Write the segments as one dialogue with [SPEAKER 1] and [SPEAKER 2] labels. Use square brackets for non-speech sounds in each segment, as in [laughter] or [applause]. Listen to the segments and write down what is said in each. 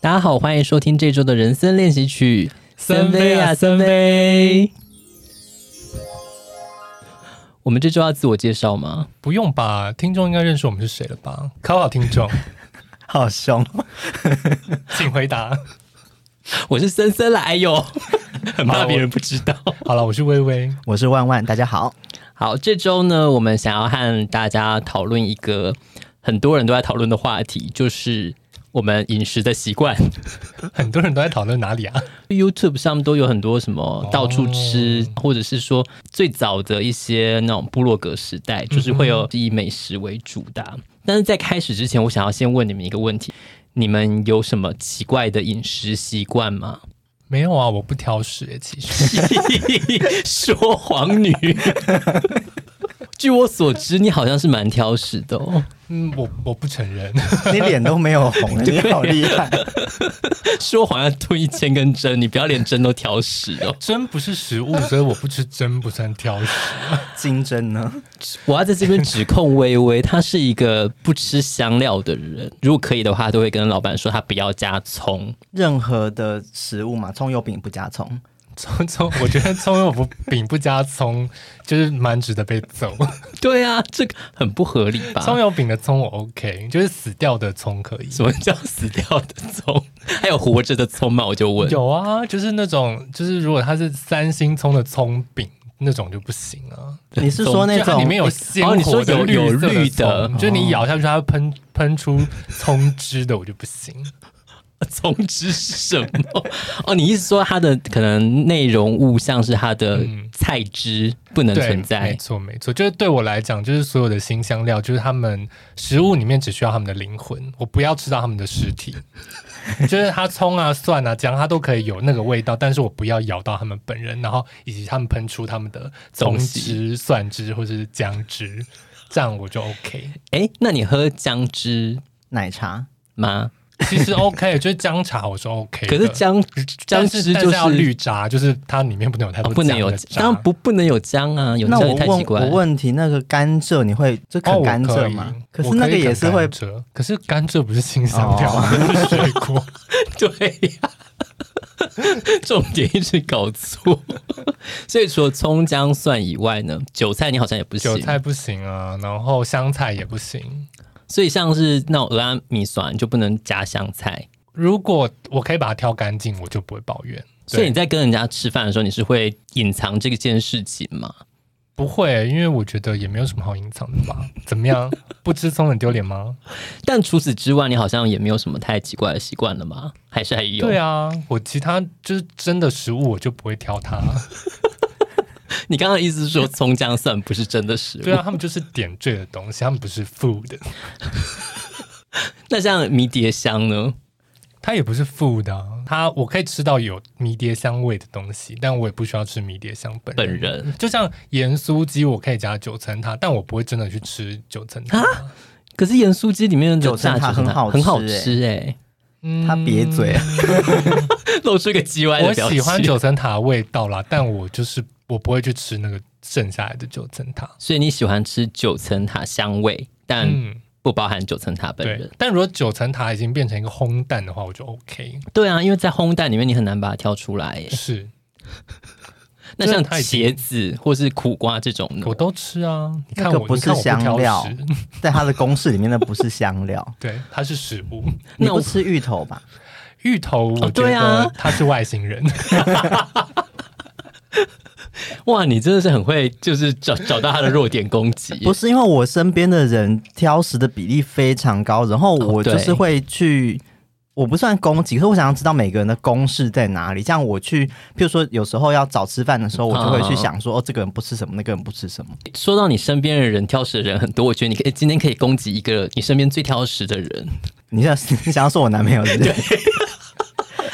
[SPEAKER 1] 大家好，欢迎收听这周的人生练习曲。
[SPEAKER 2] 森威啊
[SPEAKER 1] 森威！我们这周要自我介绍吗？
[SPEAKER 2] 不用吧，听众应该认识我们是谁了吧？考考听 [laughs] 众，
[SPEAKER 1] 好凶！
[SPEAKER 2] 请回答。
[SPEAKER 1] 我是森森啦，哎 [laughs] 呦，很怕
[SPEAKER 2] 好
[SPEAKER 1] 别人不知道。
[SPEAKER 2] 好了，我是微微，
[SPEAKER 3] 我是万万，大家好。
[SPEAKER 1] 好，这周呢，我们想要和大家讨论一个很多人都在讨论的话题，就是我们饮食的习惯。
[SPEAKER 2] 很多人都在讨论哪里啊？
[SPEAKER 1] YouTube 上面都有很多什么到处吃，或者是说最早的一些那种部落格时代，就是会有以美食为主的啊、但是在开始之前，我想要先问你们一个问题：你们有什么奇怪的饮食习惯吗？ [laughs]
[SPEAKER 2] 没有啊，我不挑食欸其实
[SPEAKER 1] 说谎女。据我所知，你好像是蛮挑食的哦，
[SPEAKER 2] 嗯，我我不承认。
[SPEAKER 3] [laughs] 你脸都没有红，你好厉害！
[SPEAKER 1] 说谎要吞一千根针，你不要连针都挑食哦。
[SPEAKER 2] 真不是食物，所以我不吃真不算挑食。
[SPEAKER 3] 金针呢？
[SPEAKER 1] 我要在这边指控微微，他是一个不吃香料的人。如果可以的话，他都会跟老板说他不要加葱。
[SPEAKER 3] 任何的食物嘛，葱油饼不加葱，
[SPEAKER 2] 葱葱，我觉得葱油不饼不加葱，就是蛮值得被揍。
[SPEAKER 1] 对啊，这个很不合理吧？
[SPEAKER 2] 葱油饼的葱我 OK，就是死掉的葱可以。
[SPEAKER 1] 什么叫死掉的葱？还有活着的葱吗？我就问。
[SPEAKER 2] 有啊，就是那种，就是如果它是三星葱的葱饼。那种就不行啊，
[SPEAKER 3] 你是说那
[SPEAKER 2] 就它
[SPEAKER 3] 种
[SPEAKER 2] 里面有鲜
[SPEAKER 1] 哦你说
[SPEAKER 2] 活的
[SPEAKER 1] 有
[SPEAKER 2] 绿
[SPEAKER 1] 有
[SPEAKER 2] 色
[SPEAKER 1] 绿的
[SPEAKER 2] 的葱，就是你咬下去它会喷喷出葱汁的，我就不行。
[SPEAKER 1] 葱汁是什么？哦，你意思说它的可能内容物像是它的菜汁不能
[SPEAKER 2] 对，
[SPEAKER 1] 存
[SPEAKER 2] 没
[SPEAKER 1] 在？
[SPEAKER 2] 错没错，就是对我来讲，就是所有的新香料，就是他们食物里面只需要他们的灵魂，我不要吃到他们的尸体。就是它葱啊、蒜啊、姜，它都可以有那个味道，但是我不要咬到他们本人，然后以及他们喷出他们的葱
[SPEAKER 1] 东西
[SPEAKER 2] 汁、蒜汁或者是姜汁，这样我就 OK。
[SPEAKER 1] 哎、那你喝姜汁
[SPEAKER 3] 奶茶，
[SPEAKER 1] 吗？
[SPEAKER 2] 其实 OK，就是姜茶我是 OK 的。
[SPEAKER 1] 可是姜姜
[SPEAKER 2] 但
[SPEAKER 1] 汁
[SPEAKER 2] 是
[SPEAKER 1] 就
[SPEAKER 2] 但是要
[SPEAKER 1] 是
[SPEAKER 2] 绿渣，就是它里面不能有太
[SPEAKER 1] 哦
[SPEAKER 2] 多、
[SPEAKER 1] 不能有，
[SPEAKER 2] 渣。
[SPEAKER 1] 当然不不能有姜啊，有
[SPEAKER 3] 那
[SPEAKER 1] 姜
[SPEAKER 3] 我
[SPEAKER 1] 也太
[SPEAKER 3] 问
[SPEAKER 1] 奇怪
[SPEAKER 3] 我
[SPEAKER 1] 了。
[SPEAKER 3] [laughs] 问题，那个甘蔗你会就
[SPEAKER 2] 哦
[SPEAKER 3] 啃
[SPEAKER 2] 我
[SPEAKER 3] 甘
[SPEAKER 2] 可
[SPEAKER 3] 蔗
[SPEAKER 2] 以
[SPEAKER 3] 吗？
[SPEAKER 2] 我
[SPEAKER 3] 是那个
[SPEAKER 2] 以
[SPEAKER 3] 也
[SPEAKER 2] 啃
[SPEAKER 3] 是会
[SPEAKER 2] 甘蔗，可是甘蔗不是清香料， [laughs]
[SPEAKER 3] 哦
[SPEAKER 2] 是水果。
[SPEAKER 1] 对呀、重点一直搞错。 [laughs] 所以除了葱姜蒜以外呢，韭菜你好像也不行。
[SPEAKER 2] 韭菜不行啊，然后香菜也不行。
[SPEAKER 1] 所以像是那种鹅阿米蒜你就不能加香菜。
[SPEAKER 2] 如果我可以把它挑干净，我就不会抱怨。对
[SPEAKER 1] 所以你在跟人家吃饭的时候，你是会隐藏这件事情吗？
[SPEAKER 2] 不会，因为我觉得也没有什么好隐藏的吧？怎么样？不吃葱很丢脸吗？
[SPEAKER 1] 但除此之外，你好像也没有什么太奇怪的习惯了吗？还是还有？
[SPEAKER 2] 对啊，我其他就是真的食物，我就不会挑它。
[SPEAKER 1] 你刚刚的意思是说葱姜蒜不是真的食物？
[SPEAKER 2] 对啊，他们就是点缀的东西，他们不是 food，
[SPEAKER 1] 那像迷迭香呢？
[SPEAKER 2] 它也不是 food 啊。它我可以吃到有迷迭香味的东西，但我也不需要吃迷迭香本人
[SPEAKER 1] 本人
[SPEAKER 2] 就像盐酥鸡，我可以加九层塔，但我不会真的去吃九层塔。
[SPEAKER 3] 啊
[SPEAKER 1] 可是盐酥鸡里面的
[SPEAKER 3] 韭菜
[SPEAKER 1] 炸
[SPEAKER 3] 它很
[SPEAKER 1] 韭菜
[SPEAKER 3] 好
[SPEAKER 1] 很好
[SPEAKER 3] 吃欸
[SPEAKER 1] 吃哎、
[SPEAKER 2] 嗯
[SPEAKER 3] 他瘪 [laughs] 嘴，
[SPEAKER 1] [laughs] 露出一个叽歪的
[SPEAKER 2] 我
[SPEAKER 1] 表情。
[SPEAKER 2] 喜欢九层塔的味道啦，但我就是我不会去吃那个剩下来的九层塔。
[SPEAKER 1] 所以你喜欢吃九层塔香味，但
[SPEAKER 2] 嗯，
[SPEAKER 1] 不包含九层塔本人。
[SPEAKER 2] 对。但如果九层塔已经变成一个烘蛋的话，我就 OK。
[SPEAKER 1] 对啊，因为在烘蛋里面你很难把它挑出来耶。
[SPEAKER 2] 是
[SPEAKER 1] 那像
[SPEAKER 2] 它已经
[SPEAKER 1] 茄子或是苦瓜这种呢
[SPEAKER 2] 我？都吃啊，你看
[SPEAKER 3] 那
[SPEAKER 2] 我
[SPEAKER 3] 个不是香料
[SPEAKER 2] 你看我不挑食。
[SPEAKER 3] 在它的公式里面那不是香料
[SPEAKER 2] [laughs] 对，它是食物。
[SPEAKER 1] [laughs]
[SPEAKER 3] 你
[SPEAKER 1] 那我
[SPEAKER 3] 不吃芋头吧？
[SPEAKER 2] 芋头，
[SPEAKER 3] 哦
[SPEAKER 2] 我觉
[SPEAKER 1] 对啊
[SPEAKER 2] 得它是外星人。
[SPEAKER 1] 哇，你真的是很会，就是找找到它的弱点攻
[SPEAKER 2] [laughs]
[SPEAKER 1] 击
[SPEAKER 3] 不。是，因为我身边的人挑食的比例非常高，然后
[SPEAKER 1] 哦
[SPEAKER 3] 我
[SPEAKER 1] 对
[SPEAKER 3] 就是会去，我不算攻击，可是我想要知道每个人的公式在哪里。这样我去，譬如说有时候要早吃饭的时候，我就会去想说，哦，这个人不吃什么，那个人不吃什么。
[SPEAKER 1] 说到你身边的人挑食的人很多，我觉得你可以今天可以攻击一个你身边最挑食的人。
[SPEAKER 3] 你想 [laughs] 你想要说我男朋友是不是？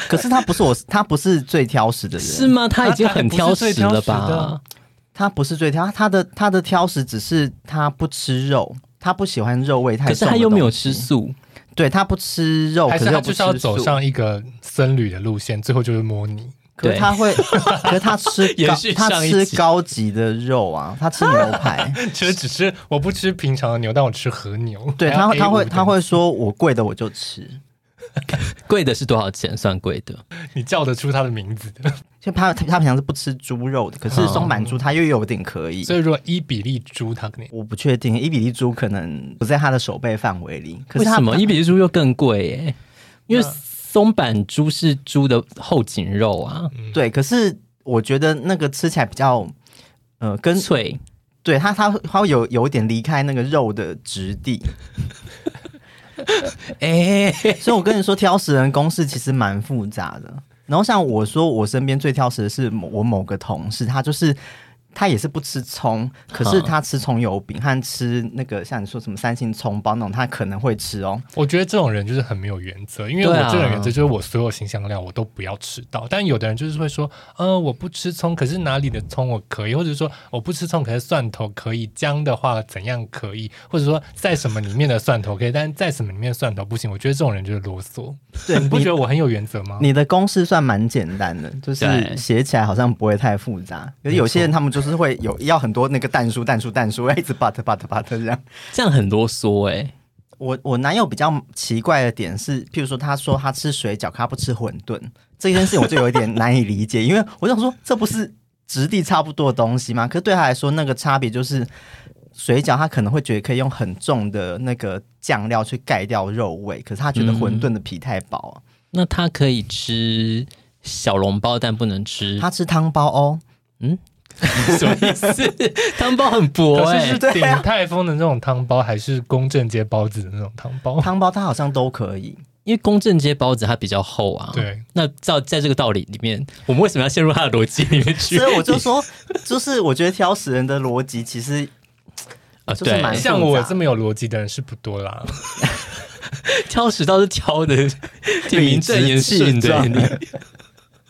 [SPEAKER 3] 可是他不是我，他不是最挑食的人，
[SPEAKER 1] 是吗？他已经很挑食了
[SPEAKER 2] 他才不是最挑食
[SPEAKER 1] 吧
[SPEAKER 2] 的？啊
[SPEAKER 3] 他不是最挑，他的他的挑食只是他不吃肉，他不喜欢肉味太
[SPEAKER 1] 可
[SPEAKER 3] 重的
[SPEAKER 1] 是他又没有
[SPEAKER 3] 东
[SPEAKER 1] 吃，
[SPEAKER 3] 西
[SPEAKER 1] 素，
[SPEAKER 3] 对他不吃肉，
[SPEAKER 2] 还
[SPEAKER 3] 哦可
[SPEAKER 2] 是
[SPEAKER 3] 又
[SPEAKER 2] 他
[SPEAKER 3] 不
[SPEAKER 2] 就是要
[SPEAKER 3] 吃
[SPEAKER 2] 走
[SPEAKER 3] 素。
[SPEAKER 2] 上一个僧侣的路线，最后就是摸你。 [laughs]
[SPEAKER 3] 可
[SPEAKER 1] 对
[SPEAKER 3] 是
[SPEAKER 1] [laughs]
[SPEAKER 3] 他会，可是他吃
[SPEAKER 1] 延
[SPEAKER 3] 高
[SPEAKER 1] 续
[SPEAKER 3] 他
[SPEAKER 1] 上一
[SPEAKER 3] 吃
[SPEAKER 1] 集
[SPEAKER 3] 高级的肉啊，他吃牛
[SPEAKER 1] [laughs]
[SPEAKER 3] 排，
[SPEAKER 2] 其实只是我不吃平常的牛，但我吃和牛。
[SPEAKER 3] 对
[SPEAKER 2] 还有
[SPEAKER 3] 他
[SPEAKER 2] A5
[SPEAKER 3] 他会
[SPEAKER 2] 等
[SPEAKER 3] 他会说我贵的我就吃，
[SPEAKER 1] 贵的是多少钱算贵的？
[SPEAKER 2] 你叫得出它的名字
[SPEAKER 3] [laughs]
[SPEAKER 2] 的。
[SPEAKER 3] 就他他他平常是不吃猪肉的，可
[SPEAKER 1] 嗯
[SPEAKER 3] 是松板猪他又有点可以。
[SPEAKER 2] 所以如果伊比利猪，它肯定
[SPEAKER 3] 我不确定伊比利猪可能不在他的手背范围里，可
[SPEAKER 1] 为
[SPEAKER 3] 是他
[SPEAKER 1] 什么伊比利猪又更贵耶？因为松板猪是猪的后颈肉啊，
[SPEAKER 3] 对，可是我觉得那个吃起来比较，呃，跟
[SPEAKER 1] 脆。
[SPEAKER 3] 对它它它会有有一点离开那个肉的质地，
[SPEAKER 1] 哎、
[SPEAKER 3] 所以我跟你说，挑食人公式其实蛮复杂的。然后像我说，我身边最挑食的是某我某个同事，他就是他也是不吃葱，可是他吃葱油饼和吃那个像你说什么三星葱包那种，他可能会吃哦。
[SPEAKER 2] 我觉得这种人就是很没有原则，因为我
[SPEAKER 1] 对啊
[SPEAKER 2] 这种原则就是我所有新香料我都不要吃到。但有的人就是会说，呃，我不吃葱，可是哪里的葱我可以，或者说我不吃葱，可是蒜头可以，姜的话怎样可以，或者说在什么里面的蒜头可以，但是在什么里面的蒜头不行。我觉得这种人就是啰嗦，[laughs]
[SPEAKER 3] 对，
[SPEAKER 2] 你不觉得我很有原则吗？
[SPEAKER 3] 你的公式算蛮简单的，就是
[SPEAKER 1] 对
[SPEAKER 3] 写起来好像不会太复杂。可是有些人他们就是会有要很多那个蛋数、蛋数、蛋数，一直 but but but 这样。
[SPEAKER 1] 这样很啰嗦哎、
[SPEAKER 3] 我我男友比较奇怪的点是，譬如说他说他吃水饺，可他不吃馄饨，这件事情我就有一点难以理解，因为我想说这不是质地差不多的东西吗？可是对他来说，那个差别就是水饺他可能会觉得可以用很重的那个酱料去盖掉肉味，可是他觉得馄饨的皮太薄啊、
[SPEAKER 1] 那他可以吃小笼包，但不能
[SPEAKER 2] 嗯
[SPEAKER 1] 吃
[SPEAKER 3] 他吃汤包哦。
[SPEAKER 1] [laughs] 什么意思？汤包很薄
[SPEAKER 2] 可
[SPEAKER 1] 哎、
[SPEAKER 2] 是是
[SPEAKER 3] 对
[SPEAKER 2] 鼎
[SPEAKER 3] 啊
[SPEAKER 2] 泰丰的那种汤包，还是公正街包子的那种汤包？
[SPEAKER 3] 汤包它好像都可以，
[SPEAKER 2] 哦
[SPEAKER 1] 因为公正街包子它比较厚啊。
[SPEAKER 2] 对，
[SPEAKER 1] 那照在这个道理里面，我们为什么要陷入它的逻辑里面去？
[SPEAKER 3] 所以我就说，就是我觉得挑食人的逻辑其实
[SPEAKER 1] 啊，
[SPEAKER 3] 就是
[SPEAKER 1] 对，
[SPEAKER 3] 蛮复杂
[SPEAKER 2] 呃像我这么有逻辑的人是不多啦。
[SPEAKER 1] 挑食倒是挑的简明正言顺的，
[SPEAKER 3] 理直 [laughs] 气
[SPEAKER 1] 你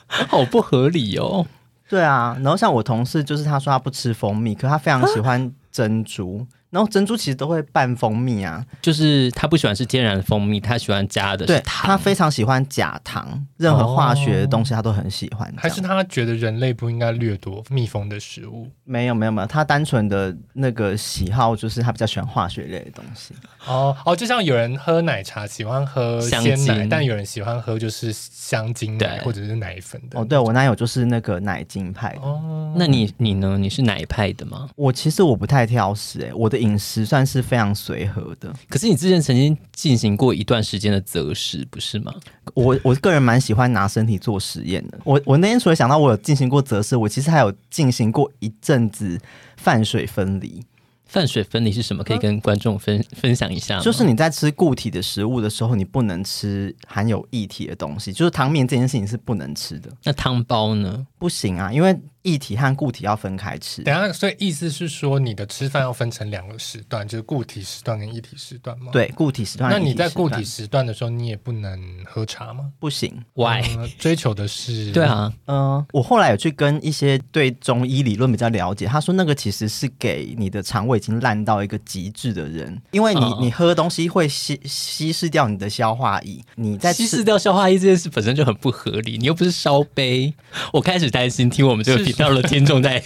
[SPEAKER 1] 好不合理哦。
[SPEAKER 3] 对啊，然后像我同事，就是他说他不吃蜂蜜，可他非常喜欢珍珠。然后珍珠其实都会拌蜂蜜啊，
[SPEAKER 1] 就是他不喜欢是天然的蜂蜜，他喜欢加的
[SPEAKER 3] 对
[SPEAKER 1] 是
[SPEAKER 3] 他
[SPEAKER 1] 糖。
[SPEAKER 3] 非常喜欢假糖，任何化学的东西他都很喜欢。
[SPEAKER 2] 还是
[SPEAKER 3] 这样
[SPEAKER 2] 他觉得人类不应该掠夺蜜蜂的食物？
[SPEAKER 3] 没有没有没有，他单纯的那个喜好就是他比较喜欢化学类的东西。
[SPEAKER 2] 哦哦，就像有人喝奶茶喜欢喝
[SPEAKER 1] 香
[SPEAKER 2] 鲜奶，
[SPEAKER 1] 精
[SPEAKER 2] 但有人喜欢喝就是香精奶
[SPEAKER 1] 对
[SPEAKER 2] 或者是奶粉的。
[SPEAKER 3] 哦，对我男友就是那个奶精派的。
[SPEAKER 2] 哦，
[SPEAKER 1] 那你你呢？你是哪一派的吗？
[SPEAKER 3] 我其实我不太挑食、欸，我的饮食算是非常随和的。
[SPEAKER 1] 可是你之前曾经进行过一段时间的择食，不是吗？
[SPEAKER 3] 我我个人蛮喜欢拿身体做实验的。我我那天除了想到我有进行过择食，我其实还有进行过一阵子饭水分离，
[SPEAKER 1] 泛水分离是什么？可以跟观众分分享一下
[SPEAKER 2] 嗯
[SPEAKER 1] 吗？
[SPEAKER 3] 呃就是你在吃固体的食物的时候，你不能吃含有液体的东西，就是汤面这件事情是不能吃的，
[SPEAKER 1] 那汤包呢？
[SPEAKER 3] 不行啊，因为液体和固体要分开吃。
[SPEAKER 2] 等一下，所以意思是说，你的吃饭要分成两个时段，就是固体时段跟液体时段吗？。
[SPEAKER 3] 对，固体时段
[SPEAKER 2] 那
[SPEAKER 3] 和液
[SPEAKER 2] 你
[SPEAKER 3] 时段，
[SPEAKER 2] 在固体时段的时候，你也不能喝茶吗
[SPEAKER 3] 不行。
[SPEAKER 1] Why？、
[SPEAKER 2] 呃追求的是
[SPEAKER 1] 对，啊，
[SPEAKER 3] 嗯、我后来有去跟一些对中医理论比较了解，他说那个其实是给你的肠胃已经烂到一个极致的人，因为你、
[SPEAKER 1] 嗯
[SPEAKER 3] 你喝东西会稀稀释掉你的消化液，你在
[SPEAKER 1] 稀释
[SPEAKER 3] 吃。
[SPEAKER 1] 掉消化液这件事本身就很不合理，你又不是烧杯。我开始担心听我们这个频道的听众在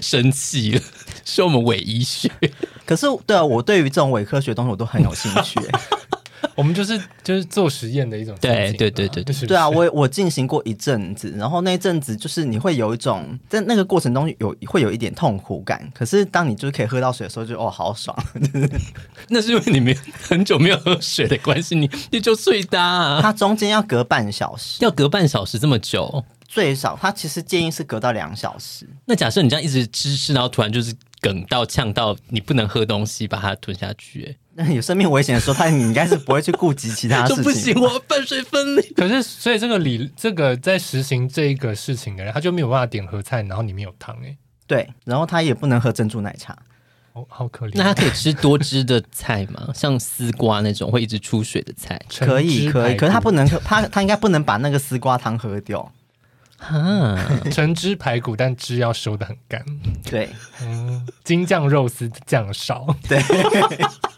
[SPEAKER 1] 生气了，说我们伪医学。
[SPEAKER 3] 可是对啊，我对于这种伪科学的东西我都很有兴趣、
[SPEAKER 2] 我们就是就是做实验的一种心情啊。
[SPEAKER 1] 对对对对对
[SPEAKER 2] 就是
[SPEAKER 3] 对啊，我我进行过一阵子，然后那一阵子就是你会有一种在那个过程中有会有一点痛苦感，可是当你就是可以喝到水的时候就，哦好爽。
[SPEAKER 1] 那是因为你们很久没有喝水的关系，你你就睡搭、啊，
[SPEAKER 3] 它中间要隔半小时，
[SPEAKER 1] 要隔半小时这么久。
[SPEAKER 3] 最少它其实建议是隔到两小时。
[SPEAKER 1] 那假设你这样一直吃吃，然后突然就是梗到呛到，你不能喝东西，把它吞下去、欸
[SPEAKER 3] 那 [laughs] 有生命危险的时候，他你应该是不会去顾及其他
[SPEAKER 1] [laughs] 就
[SPEAKER 3] 事
[SPEAKER 1] 不
[SPEAKER 3] 情
[SPEAKER 1] 行，。我要半水分离。
[SPEAKER 2] 可是，所以这个理这个在实行这一个事情的人，他就没有办法点合菜，然后里面有汤哎、
[SPEAKER 3] 对，然后他也不能喝珍珠奶茶。
[SPEAKER 2] 哦，好可怜。
[SPEAKER 1] [laughs] 那它可以吃多汁的菜吗？像丝瓜那种会一直出水的菜
[SPEAKER 3] 可以，可以，可是他不
[SPEAKER 2] 能
[SPEAKER 3] 能喝，他他应该不能把那个丝瓜汤喝掉。
[SPEAKER 1] 啊？
[SPEAKER 2] 橙汁排骨，但汁要收的很干。
[SPEAKER 3] 对，
[SPEAKER 2] 嗯，京酱肉丝酱少，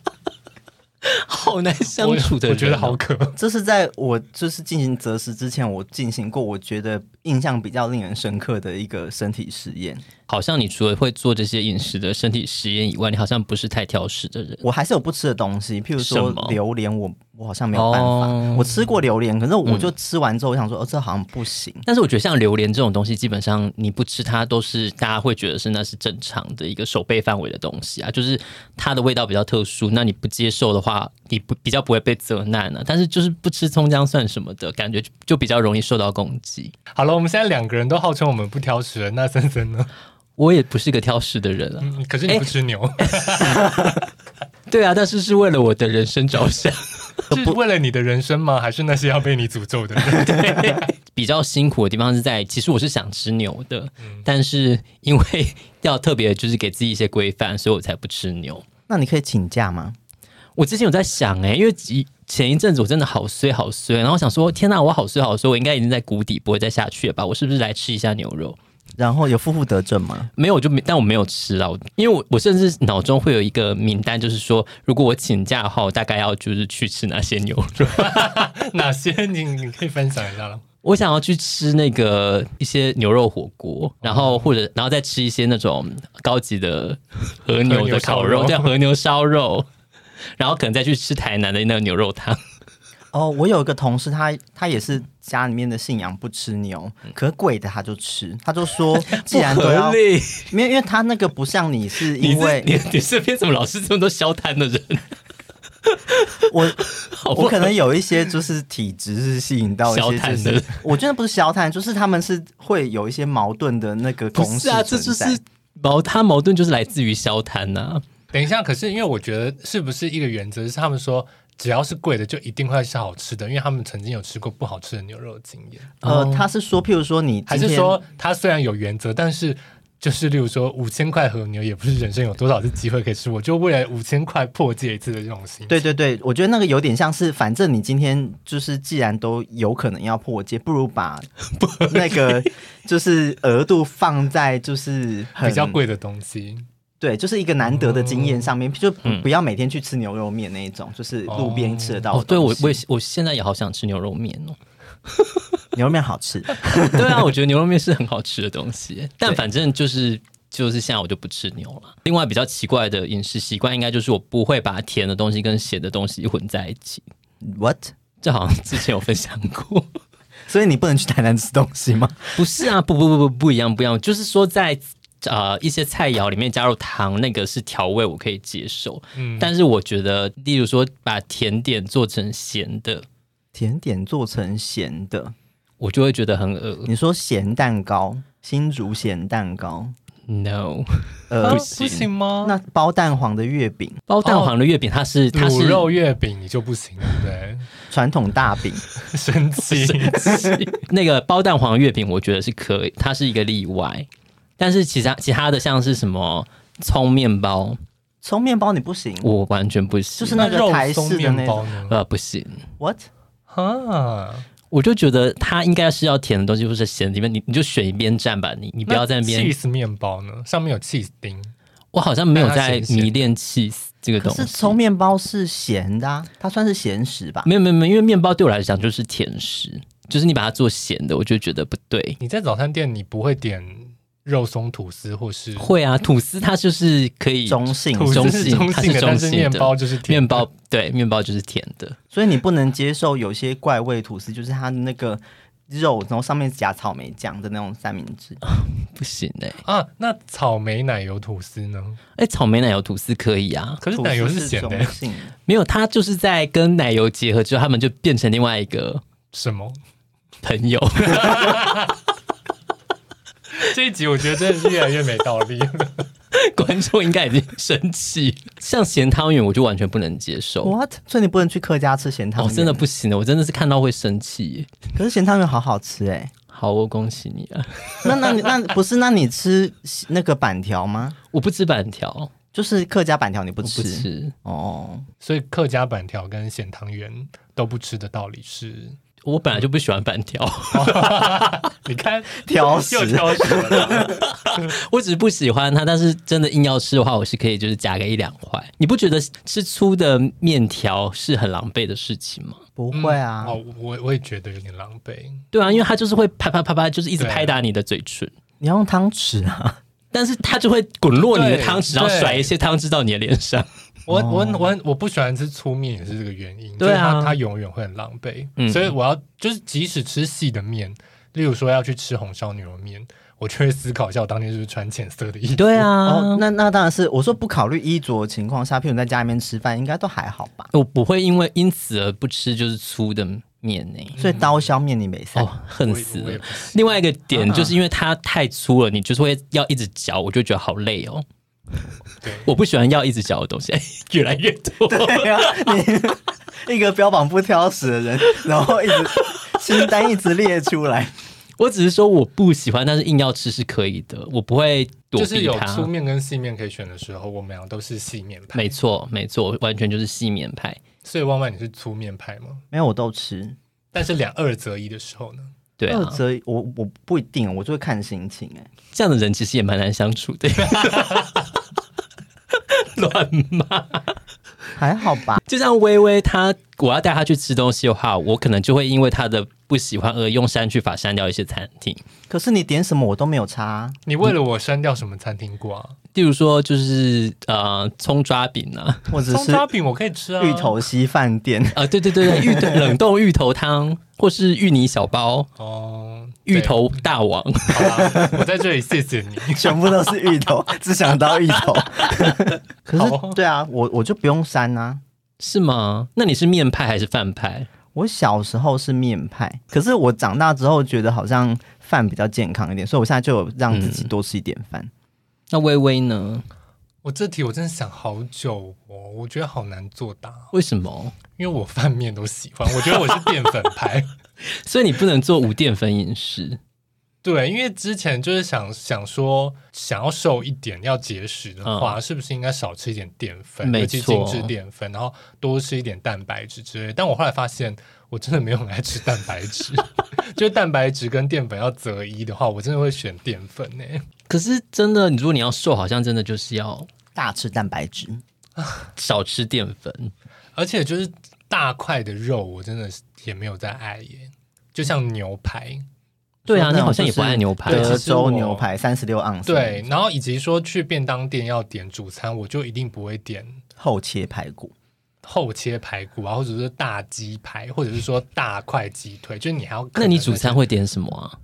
[SPEAKER 1] [laughs] 好难相处的人哦、
[SPEAKER 2] 我我觉得好渴。
[SPEAKER 3] 这是在我就是进行择食之前，我进行过我觉得印象比较令人深刻的一个身体实验。
[SPEAKER 1] 好像你除了会做这些饮食的身体实验以外，你好像不是太挑食的人。
[SPEAKER 3] 我还是有不吃的东西，譬如
[SPEAKER 1] 什
[SPEAKER 3] 说
[SPEAKER 1] 么
[SPEAKER 3] 榴莲我，我我好像没有办法。
[SPEAKER 1] 哦嗯
[SPEAKER 3] 我吃过榴莲，可是我就吃完之后，我想说，哦，这好像不行。
[SPEAKER 1] 但是我觉得像榴莲这种东西，基本上你不吃它都是大家会觉得是那是正常的一个守备范围的东西啊，就是它的味道比较特殊，那你不接受的话，你不比较不会被责难啊。但是就是不吃葱姜蒜什么的，感觉就就比较容易受到攻击。
[SPEAKER 2] 好了，我们现在两个人都号称我们不挑食人，那森森呢？ [laughs]
[SPEAKER 1] 我也不是个挑食的人啊，
[SPEAKER 2] 嗯，可是
[SPEAKER 3] 哎
[SPEAKER 2] 你不吃牛，
[SPEAKER 1] 对啊，但是是为了我的人生着想。
[SPEAKER 2] 是为了你的人生吗？还是那些要被你诅咒的人？
[SPEAKER 1] [laughs]
[SPEAKER 2] [laughs]
[SPEAKER 1] 比较辛苦的地方是在，其实我是想吃牛的，但是因为 [laughs] 要特别就是给自己一些规范，所以我才不吃牛。
[SPEAKER 3] 那你可以请假吗？
[SPEAKER 1] 我之前有在想哎、因为以前一阵子我真的好衰好衰，然后我想说天呐、我好衰好衰，我应该已经在谷底，不会再下去了吧？我是不是来吃一下牛肉？
[SPEAKER 3] 然后有负负得正吗？
[SPEAKER 1] 没有，我就没，但我没有吃啊，我因为我我甚至脑中会有一个名单，就是说如果我请假的话，我大概要就是去吃哪些牛肉。 [laughs]
[SPEAKER 2] 哪些你你可以分享一下了？
[SPEAKER 1] 我想要去吃那个一些牛肉火锅，然后或者然后再吃一些那种高级的和牛的烤
[SPEAKER 2] 和牛烧
[SPEAKER 1] 肉，
[SPEAKER 2] 肉
[SPEAKER 1] 对，和牛烧肉，然后可能再去吃台南的那个牛肉汤。
[SPEAKER 3] 哦，我有一个同事他，他也是家里面的信仰不吃牛，可是贵的他就吃，他
[SPEAKER 1] [laughs]
[SPEAKER 3] 就说既然都要，
[SPEAKER 1] 嗯理，
[SPEAKER 3] 没有，因为他那个不像你是
[SPEAKER 1] 你
[SPEAKER 3] 因
[SPEAKER 1] 是
[SPEAKER 3] 为
[SPEAKER 1] 你你身边怎么老是这么多消摊的人？
[SPEAKER 3] 我
[SPEAKER 1] 好哦不
[SPEAKER 3] 我
[SPEAKER 1] 好
[SPEAKER 3] 可能有一些就是体质是吸引到一些就
[SPEAKER 1] 消碳
[SPEAKER 3] 是
[SPEAKER 1] 的，
[SPEAKER 3] 我觉得不是消碳，就是他们是会有一些矛盾的那个
[SPEAKER 1] 不
[SPEAKER 3] 公式
[SPEAKER 1] 是啊，这
[SPEAKER 3] 存
[SPEAKER 1] 就是
[SPEAKER 3] 在
[SPEAKER 1] 矛，他矛盾就是来自于消摊啊呐、
[SPEAKER 2] 等一下，可是因为我觉得是不是一个原则是他们说只要是贵的就一定会是好吃的，因为他们曾经有吃过不好吃的牛肉的经验，
[SPEAKER 1] 哦
[SPEAKER 3] 呃，他是说，譬如说你
[SPEAKER 2] 还
[SPEAKER 3] 今
[SPEAKER 2] 是
[SPEAKER 3] 天
[SPEAKER 2] 说他虽然有原则，但是。就是，例如说五千块和牛，也不是人生有多少次机会可以吃，我就为了五千块破戒一次的这种心。
[SPEAKER 3] 对对对，我觉得那个有点像是，反正你今天就是既然都有可能要破戒，不
[SPEAKER 1] [laughs]
[SPEAKER 3] 如把那个就是额度放在就是很
[SPEAKER 2] 比较，贵的东西，
[SPEAKER 3] 对，就是一个难得的经验上面，就不要每天去吃牛肉面那一种，就是路边吃得
[SPEAKER 1] 嗯
[SPEAKER 3] 到
[SPEAKER 1] 哦
[SPEAKER 3] 的，
[SPEAKER 1] 对
[SPEAKER 3] 东
[SPEAKER 1] 我
[SPEAKER 3] 西
[SPEAKER 1] 我也是我现在也好想吃牛肉面哦。 [laughs]
[SPEAKER 3] 牛肉面好吃，
[SPEAKER 1] 对啊，我觉得牛肉面是很好吃的东西，但反正就是就是现在我就不吃牛了。另外比较奇怪的饮食习惯，应该就是我不会把甜的东西跟咸的东西混在一起。
[SPEAKER 3] what？
[SPEAKER 1] 这好像之前有分享过，
[SPEAKER 3] 所以你不能去台南吃东西吗？ [laughs]
[SPEAKER 1] 不是啊？不不不不不一样不一样，就是说在呃一些菜肴里面加入糖，那个是调味，我可以接受。
[SPEAKER 2] 嗯
[SPEAKER 1] 但是我觉得，例如说把甜点做成咸的，
[SPEAKER 3] 甜点做成咸的，
[SPEAKER 1] 我就会觉得很恶
[SPEAKER 3] 你说咸蛋糕，新竹咸蛋糕，
[SPEAKER 1] no。
[SPEAKER 2] 啊
[SPEAKER 3] 呃
[SPEAKER 2] 不，
[SPEAKER 1] 行
[SPEAKER 2] 行吗？
[SPEAKER 3] 那包蛋黄的月饼，
[SPEAKER 1] 包蛋黄的月饼，它是、它
[SPEAKER 2] 哦卤
[SPEAKER 1] 是
[SPEAKER 2] 肉月饼你就不行，对不对？
[SPEAKER 3] 传统大饼，
[SPEAKER 2] 生气，
[SPEAKER 1] 那个包蛋黄月饼，我觉得是可以，它是一个例外。但是其他其他的像是什么葱面包，
[SPEAKER 3] 葱面包你不行。
[SPEAKER 1] 我完全不行，
[SPEAKER 3] 就是那个
[SPEAKER 2] 肉
[SPEAKER 3] 台
[SPEAKER 2] 松
[SPEAKER 3] 式的那
[SPEAKER 2] 面包
[SPEAKER 3] 种
[SPEAKER 2] 呢？
[SPEAKER 1] 呃不行。
[SPEAKER 3] What？
[SPEAKER 2] 啊，
[SPEAKER 1] 我就觉得它应该是要甜的东西或是咸的地方，你你就选一边站吧，你你不要在那边。
[SPEAKER 2] cheese 面包呢，上面有 cheese 丁，
[SPEAKER 1] 我好像没有
[SPEAKER 2] 那它
[SPEAKER 1] 在
[SPEAKER 2] 咸咸的
[SPEAKER 1] 迷恋 cheese 这个
[SPEAKER 3] 可
[SPEAKER 1] 东
[SPEAKER 3] 是
[SPEAKER 1] 西
[SPEAKER 3] 葱，面包是咸的、啊，它算是咸食吧？
[SPEAKER 1] 没有没有没有，因为面包对我来讲就是甜食，就是你把它做咸的，我就觉得不对。
[SPEAKER 2] 你在早餐店你不会点肉松吐司或是
[SPEAKER 1] 会啊，吐司它就是可以
[SPEAKER 3] 中性，
[SPEAKER 2] 吐司是
[SPEAKER 1] [laughs] 中性
[SPEAKER 2] 中
[SPEAKER 1] 它
[SPEAKER 2] 性的，
[SPEAKER 1] 是中
[SPEAKER 2] 但是
[SPEAKER 1] 性
[SPEAKER 2] 面
[SPEAKER 1] 的
[SPEAKER 2] 包就是甜
[SPEAKER 1] 面
[SPEAKER 2] 的
[SPEAKER 1] 包，对面包就是甜的。
[SPEAKER 3] 所以你不能接受有些怪味吐司，就是它的那个肉，然后上面夹草莓酱的那种三明治。
[SPEAKER 1] 不行哎、欸，
[SPEAKER 2] 啊。那草莓奶油吐司呢？
[SPEAKER 1] 哎、草莓奶油吐司可以啊，
[SPEAKER 2] 可是
[SPEAKER 3] 吐
[SPEAKER 2] 奶油
[SPEAKER 3] 司
[SPEAKER 2] 是
[SPEAKER 3] 是
[SPEAKER 2] 咸
[SPEAKER 3] 中
[SPEAKER 2] 的，
[SPEAKER 3] 性，
[SPEAKER 1] 没有，它就是在跟奶油结合之后，他们就变成另外一个
[SPEAKER 2] 什么？ [laughs]
[SPEAKER 1] 朋友。
[SPEAKER 2] 这一集我觉得真的是越来越没道理。 [laughs]
[SPEAKER 1] 观众应该已经生气。像咸汤圆，我就完全不能接受。
[SPEAKER 3] What？所以你不能去客家吃咸汤
[SPEAKER 1] 哦，
[SPEAKER 3] 圆、
[SPEAKER 1] 真的不行的，我真的是看到会生气耶。
[SPEAKER 3] 可是咸汤圆好好吃哎、
[SPEAKER 1] 好，我恭喜你啊！
[SPEAKER 3] 那那你那不是？那你吃那个板条吗？
[SPEAKER 1] 我不吃板条，我
[SPEAKER 3] 就是客家板条你不
[SPEAKER 1] 不
[SPEAKER 3] 吃
[SPEAKER 1] 吃， [laughs]
[SPEAKER 3] 哦？
[SPEAKER 2] 所以客家板条跟咸汤圆都不吃的道理是，
[SPEAKER 1] 我本来就不喜欢板条， [laughs]
[SPEAKER 2] 你看
[SPEAKER 3] 挑食
[SPEAKER 2] 又挑食了。
[SPEAKER 1] 我只是不喜欢它。但是真的硬要吃的话，我是可以就是夹个一两块。你不觉得吃粗的面条是很狼狈的事情吗？
[SPEAKER 3] 不会啊，
[SPEAKER 2] 哦，我我也觉得有点狼狈。
[SPEAKER 1] 对啊，因为它就是会啪啪啪啪，就是一直
[SPEAKER 2] 对啊
[SPEAKER 1] 拍打你的嘴唇。
[SPEAKER 3] 你要用汤匙啊。
[SPEAKER 1] 但是它就会滚落你的汤匙，
[SPEAKER 2] 对
[SPEAKER 1] 然
[SPEAKER 2] [laughs]
[SPEAKER 1] 后甩一些汤汁到你的脸上。
[SPEAKER 2] 我我我很我不喜欢吃粗面也是这个原因，
[SPEAKER 1] 哦对啊
[SPEAKER 2] 就是它它永远会很狼狈，
[SPEAKER 1] 嗯
[SPEAKER 2] 所以我要就是即使吃细的面，例如说要去吃红烧牛肉面，我就会思考一下我当天是不是穿浅色的衣服。
[SPEAKER 1] 对啊，
[SPEAKER 3] 哦，那那当然是我说不考虑衣着的情况下，譬如你在家里面吃饭，应该都还好吧？
[SPEAKER 1] 我不会因为因此而不吃就是粗的面呢、
[SPEAKER 3] 所以刀削面你没塞，
[SPEAKER 1] 哦， [laughs] 恨死
[SPEAKER 2] 我也我也
[SPEAKER 1] 了
[SPEAKER 2] 不！行
[SPEAKER 1] 另外一个点
[SPEAKER 2] 嗯
[SPEAKER 3] 啊
[SPEAKER 1] 就是因为它太粗了，你就是会要一直嚼，我就觉得好累哦。
[SPEAKER 2] 对，
[SPEAKER 1] [laughs] 我不喜欢要一直嚼的东西， [laughs] 越来越多。
[SPEAKER 3] 对啊，你 [laughs] 一个标榜不挑食的人，然后一直清单一直列出来，
[SPEAKER 1] 我只是说我不喜欢，但是硬要吃是可以的，我不会 [laughs] 躲
[SPEAKER 2] 就是
[SPEAKER 1] 避
[SPEAKER 2] 有
[SPEAKER 1] 它。
[SPEAKER 2] 粗面跟细面可以选的时候，我们俩都是细面派，
[SPEAKER 1] 没错，没错，完全就是细面派。
[SPEAKER 2] 所以万万你是粗面派吗？
[SPEAKER 3] 没有我都吃。
[SPEAKER 2] 但是两二择一的时候呢？
[SPEAKER 1] 对
[SPEAKER 3] 二
[SPEAKER 1] 啊，
[SPEAKER 3] 则一我我不一定，我就会看心情哎、
[SPEAKER 1] 这样的人其实也蛮难相处的。 [laughs] 乱骂，
[SPEAKER 3] 还好吧？
[SPEAKER 1] 就像微微她，我要带她去吃东西的话，我可能就会因为她的不喜欢而用删去法删掉一些餐厅，
[SPEAKER 3] 可是你点什么我都没有差啊、
[SPEAKER 2] 你为了我删掉什么餐厅过啊？
[SPEAKER 1] 例如说就是呃葱抓饼啊，
[SPEAKER 3] 或者
[SPEAKER 2] 葱
[SPEAKER 3] 是
[SPEAKER 2] 抓饼我可以吃啊，
[SPEAKER 3] 芋头稀饭店。 [laughs]
[SPEAKER 1] 啊、对对对对，芋
[SPEAKER 2] [laughs]
[SPEAKER 1] 头冷冻芋头汤，或是芋泥小包、
[SPEAKER 2] 哦，
[SPEAKER 1] 芋
[SPEAKER 2] 对
[SPEAKER 1] 头大王， [laughs]
[SPEAKER 2] 好啦，我在这里谢谢你。
[SPEAKER 3] 全部都是芋头，只想到芋 [laughs] 头。可
[SPEAKER 2] 好
[SPEAKER 3] 是
[SPEAKER 2] 哦，
[SPEAKER 3] 对啊，我我就不用删啊。
[SPEAKER 1] 是吗？那你是面派还是饭派？
[SPEAKER 3] 我小时候是面派，可是我长大之后觉得好像饭比较健康一点，所以我现在就有让自
[SPEAKER 1] 嗯
[SPEAKER 3] 己多吃一点饭。
[SPEAKER 1] 那微微呢？
[SPEAKER 2] 我这题我真的想好久哦，我觉得好难作答，哦
[SPEAKER 1] 为什么？
[SPEAKER 2] 因为我饭面都喜欢，我觉得我是淀粉派。 [laughs]
[SPEAKER 1] 所以你不能做无淀粉饮食。
[SPEAKER 2] 对，因为之前就是想想说，想要瘦一点，要节食的话，是不是应该少吃一点淀粉，
[SPEAKER 1] 嗯没
[SPEAKER 2] 尤其精
[SPEAKER 1] 错
[SPEAKER 2] 致淀粉，然后多吃一点蛋白质之类的。但我后来发现，我真的没有很爱吃蛋白质， [laughs] 就是蛋白质跟淀粉要择一的话，我真的会选淀粉欸呢、
[SPEAKER 1] 可是真的，如果你要瘦，好像真的就是要
[SPEAKER 3] 大吃蛋白质，
[SPEAKER 1] 少吃淀粉。
[SPEAKER 2] 而且就是大块的肉，我真的是也没有在爱耶，就像牛排，
[SPEAKER 1] 对啊，
[SPEAKER 3] 说那种
[SPEAKER 1] 你好像也不爱牛排
[SPEAKER 2] 对
[SPEAKER 1] 啊。
[SPEAKER 3] 德
[SPEAKER 2] 其实我
[SPEAKER 3] 州牛排三十六盎司，
[SPEAKER 2] 对，，然后以及说去便当店要点主餐，我就一定不会点
[SPEAKER 3] 厚切排骨，
[SPEAKER 2] 厚切排骨啊，或者是大鸡排，或者是说大块鸡腿，就是你还要。
[SPEAKER 1] 那你主餐？会点什么啊？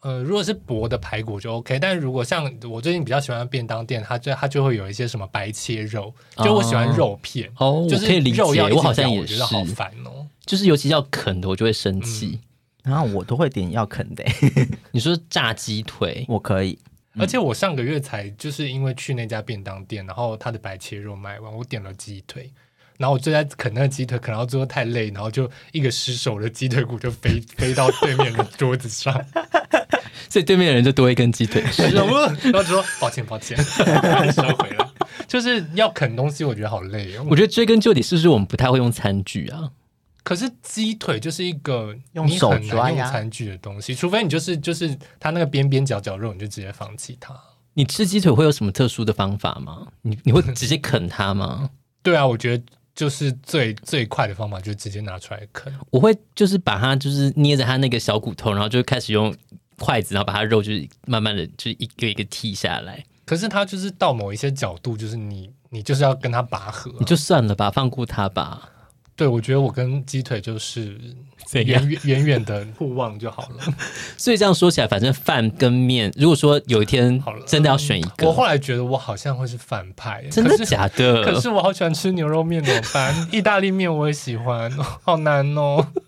[SPEAKER 2] 呃，如果是薄的排骨就 OK，但如果像我最近比较喜欢的便当店，它就它就会有一些什么白切肉，就我喜欢
[SPEAKER 1] 哦
[SPEAKER 2] 肉片，
[SPEAKER 1] 哦，
[SPEAKER 2] 就
[SPEAKER 1] 我
[SPEAKER 2] 是
[SPEAKER 1] 可以理解，
[SPEAKER 2] 肉要一直
[SPEAKER 1] 我好像
[SPEAKER 2] 咬
[SPEAKER 1] 也
[SPEAKER 2] 觉
[SPEAKER 1] 是
[SPEAKER 2] 得，好烦嗯哦。
[SPEAKER 1] 就是尤其要啃的，我就会生气。
[SPEAKER 3] 然后我都会点要啃的、欸
[SPEAKER 1] 你说炸鸡腿，
[SPEAKER 3] [laughs] 我可以。
[SPEAKER 2] 而且我上个月才就是因为去那家便当店，然后他的白切肉卖完，我点了鸡腿，然后我就在啃那个鸡腿，啃到最后太累，然后就一个失手，我的鸡腿骨就飞飞到对面的桌子
[SPEAKER 3] [laughs]
[SPEAKER 2] 上，
[SPEAKER 1] 所以对面的人就多一根鸡腿
[SPEAKER 2] [laughs]
[SPEAKER 1] 吃。
[SPEAKER 2] 然后然后就说抱歉抱歉， [laughs] 收回来。就是要啃东西，我觉得好累哦。
[SPEAKER 1] 我觉得追根究底，是不是我们不太会用餐具啊？
[SPEAKER 2] 可是鸡腿就是一个
[SPEAKER 3] 用
[SPEAKER 2] 你很
[SPEAKER 3] 手抓
[SPEAKER 2] 难用
[SPEAKER 3] 呀
[SPEAKER 2] 餐具的东西，除非你就是就是它那个边边角角肉，你就直接放弃它。
[SPEAKER 1] 你吃鸡腿会有什么特殊的方法吗？你你会直接啃它吗？
[SPEAKER 2] 对啊，我觉得就是最最快的方法就是直接拿出来啃。
[SPEAKER 1] 我会就是把它就是捏着它那个小骨头，然后就开始用筷子，然后把它肉就是慢慢的就是一个一个剔下来。
[SPEAKER 2] 可是它就是到某一些角度，就是你你就是要跟它拔河啊、
[SPEAKER 1] 你就算了吧，放过它吧。
[SPEAKER 2] 对我觉得我跟鸡腿就是
[SPEAKER 1] 怎样
[SPEAKER 2] 远远远远的互望就好了。
[SPEAKER 1] 所以这样说起来，反正饭跟面，如果说有一天
[SPEAKER 2] 好了
[SPEAKER 1] 真的要选一
[SPEAKER 2] [laughs] 我
[SPEAKER 1] 个，
[SPEAKER 2] 后来觉得我好像会是反派，
[SPEAKER 1] 真
[SPEAKER 2] 可
[SPEAKER 1] 的
[SPEAKER 2] 是
[SPEAKER 1] 假
[SPEAKER 2] 可
[SPEAKER 1] 的？
[SPEAKER 2] 是我好喜欢吃牛肉面，怎么办？意大利面我也喜欢， [laughs] 好难哦。 [laughs]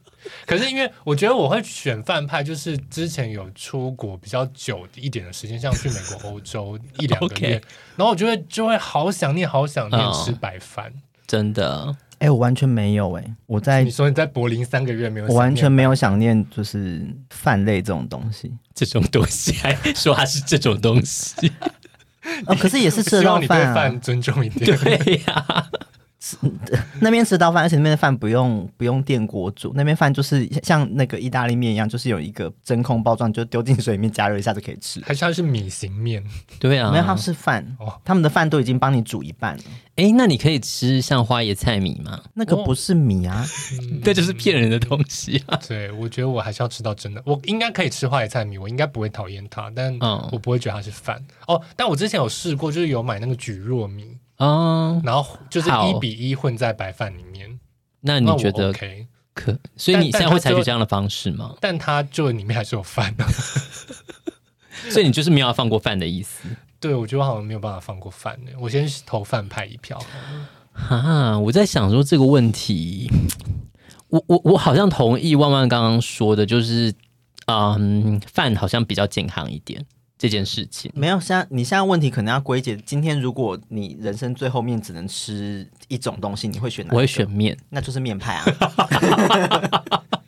[SPEAKER 2] 可是因为我觉得我会选饭派，就是之前有出国比较久一点的时间，像去美国、欧洲一两个月
[SPEAKER 1] OK
[SPEAKER 2] 然后我就会就会好想念、好想念
[SPEAKER 1] 嗯
[SPEAKER 2] 吃白饭。
[SPEAKER 1] 真的，
[SPEAKER 3] 哎、我完全没有哎、我在
[SPEAKER 2] 你说你在柏林三个月没有想念，
[SPEAKER 3] 我完全没有想念就是饭类这种东西，
[SPEAKER 1] 这种东西还说它是这种东
[SPEAKER 2] [laughs]
[SPEAKER 1] 西，
[SPEAKER 3] 哦，可
[SPEAKER 1] [laughs]
[SPEAKER 3] 是也是吃得
[SPEAKER 2] 希
[SPEAKER 3] 到
[SPEAKER 2] 望你对
[SPEAKER 3] 饭啊。
[SPEAKER 2] 饭尊重一点。
[SPEAKER 1] 对呀、
[SPEAKER 3] 那边吃到饭，而且那边的饭不用不用电锅煮，那边饭就是像那个意大利面一样，就是有一个真空包装，你就丢进水里面加热一下就可以吃。
[SPEAKER 2] [laughs] 还是它是米型
[SPEAKER 1] [laughs]
[SPEAKER 2] 面，
[SPEAKER 1] 对啊。
[SPEAKER 3] 没有，他们是饭
[SPEAKER 2] 哦，
[SPEAKER 3] 他们的饭都已经帮你煮一半了，
[SPEAKER 1] 哎，那你可以吃像花椰菜米吗？
[SPEAKER 3] 那个不是米
[SPEAKER 1] 哦
[SPEAKER 3] 啊，
[SPEAKER 1] 那就是骗人的东西啊！
[SPEAKER 2] 嗯对我觉得我还是要吃到真的。我应该可以吃花椰菜米，我应该不会讨厌它，但
[SPEAKER 1] 嗯
[SPEAKER 2] 我不会觉得它是饭哦。但我之前有试过，就是有买那个蒟蒻米，
[SPEAKER 1] 哦，
[SPEAKER 2] 然后就是
[SPEAKER 1] 好
[SPEAKER 2] 一比一混在白饭里面。
[SPEAKER 1] 那你
[SPEAKER 2] 那我
[SPEAKER 1] 觉得
[SPEAKER 2] OK？
[SPEAKER 1] 可？所以
[SPEAKER 2] 但
[SPEAKER 1] 你现在
[SPEAKER 2] 但
[SPEAKER 1] 会
[SPEAKER 2] 它
[SPEAKER 1] 采取
[SPEAKER 2] 就
[SPEAKER 1] 这样的方式吗？
[SPEAKER 2] 但它就里面还是有饭的、 [laughs]
[SPEAKER 1] 所以你就是没有要放过饭的意思
[SPEAKER 2] 对，我觉得我好像没有办法放过饭呢。我先投饭派一票。
[SPEAKER 1] 啊？我在想说这个问题，我我我好像同意万万刚刚说的，就是嗯，饭好像比较健康一点这件事情。
[SPEAKER 3] 没有，现在你现在问题可能要归结，今天如果你人生最后面只能吃一种东西，你会选哪一
[SPEAKER 1] 我
[SPEAKER 3] 个？
[SPEAKER 1] 会选，面，
[SPEAKER 3] 那就是面派啊。 [laughs]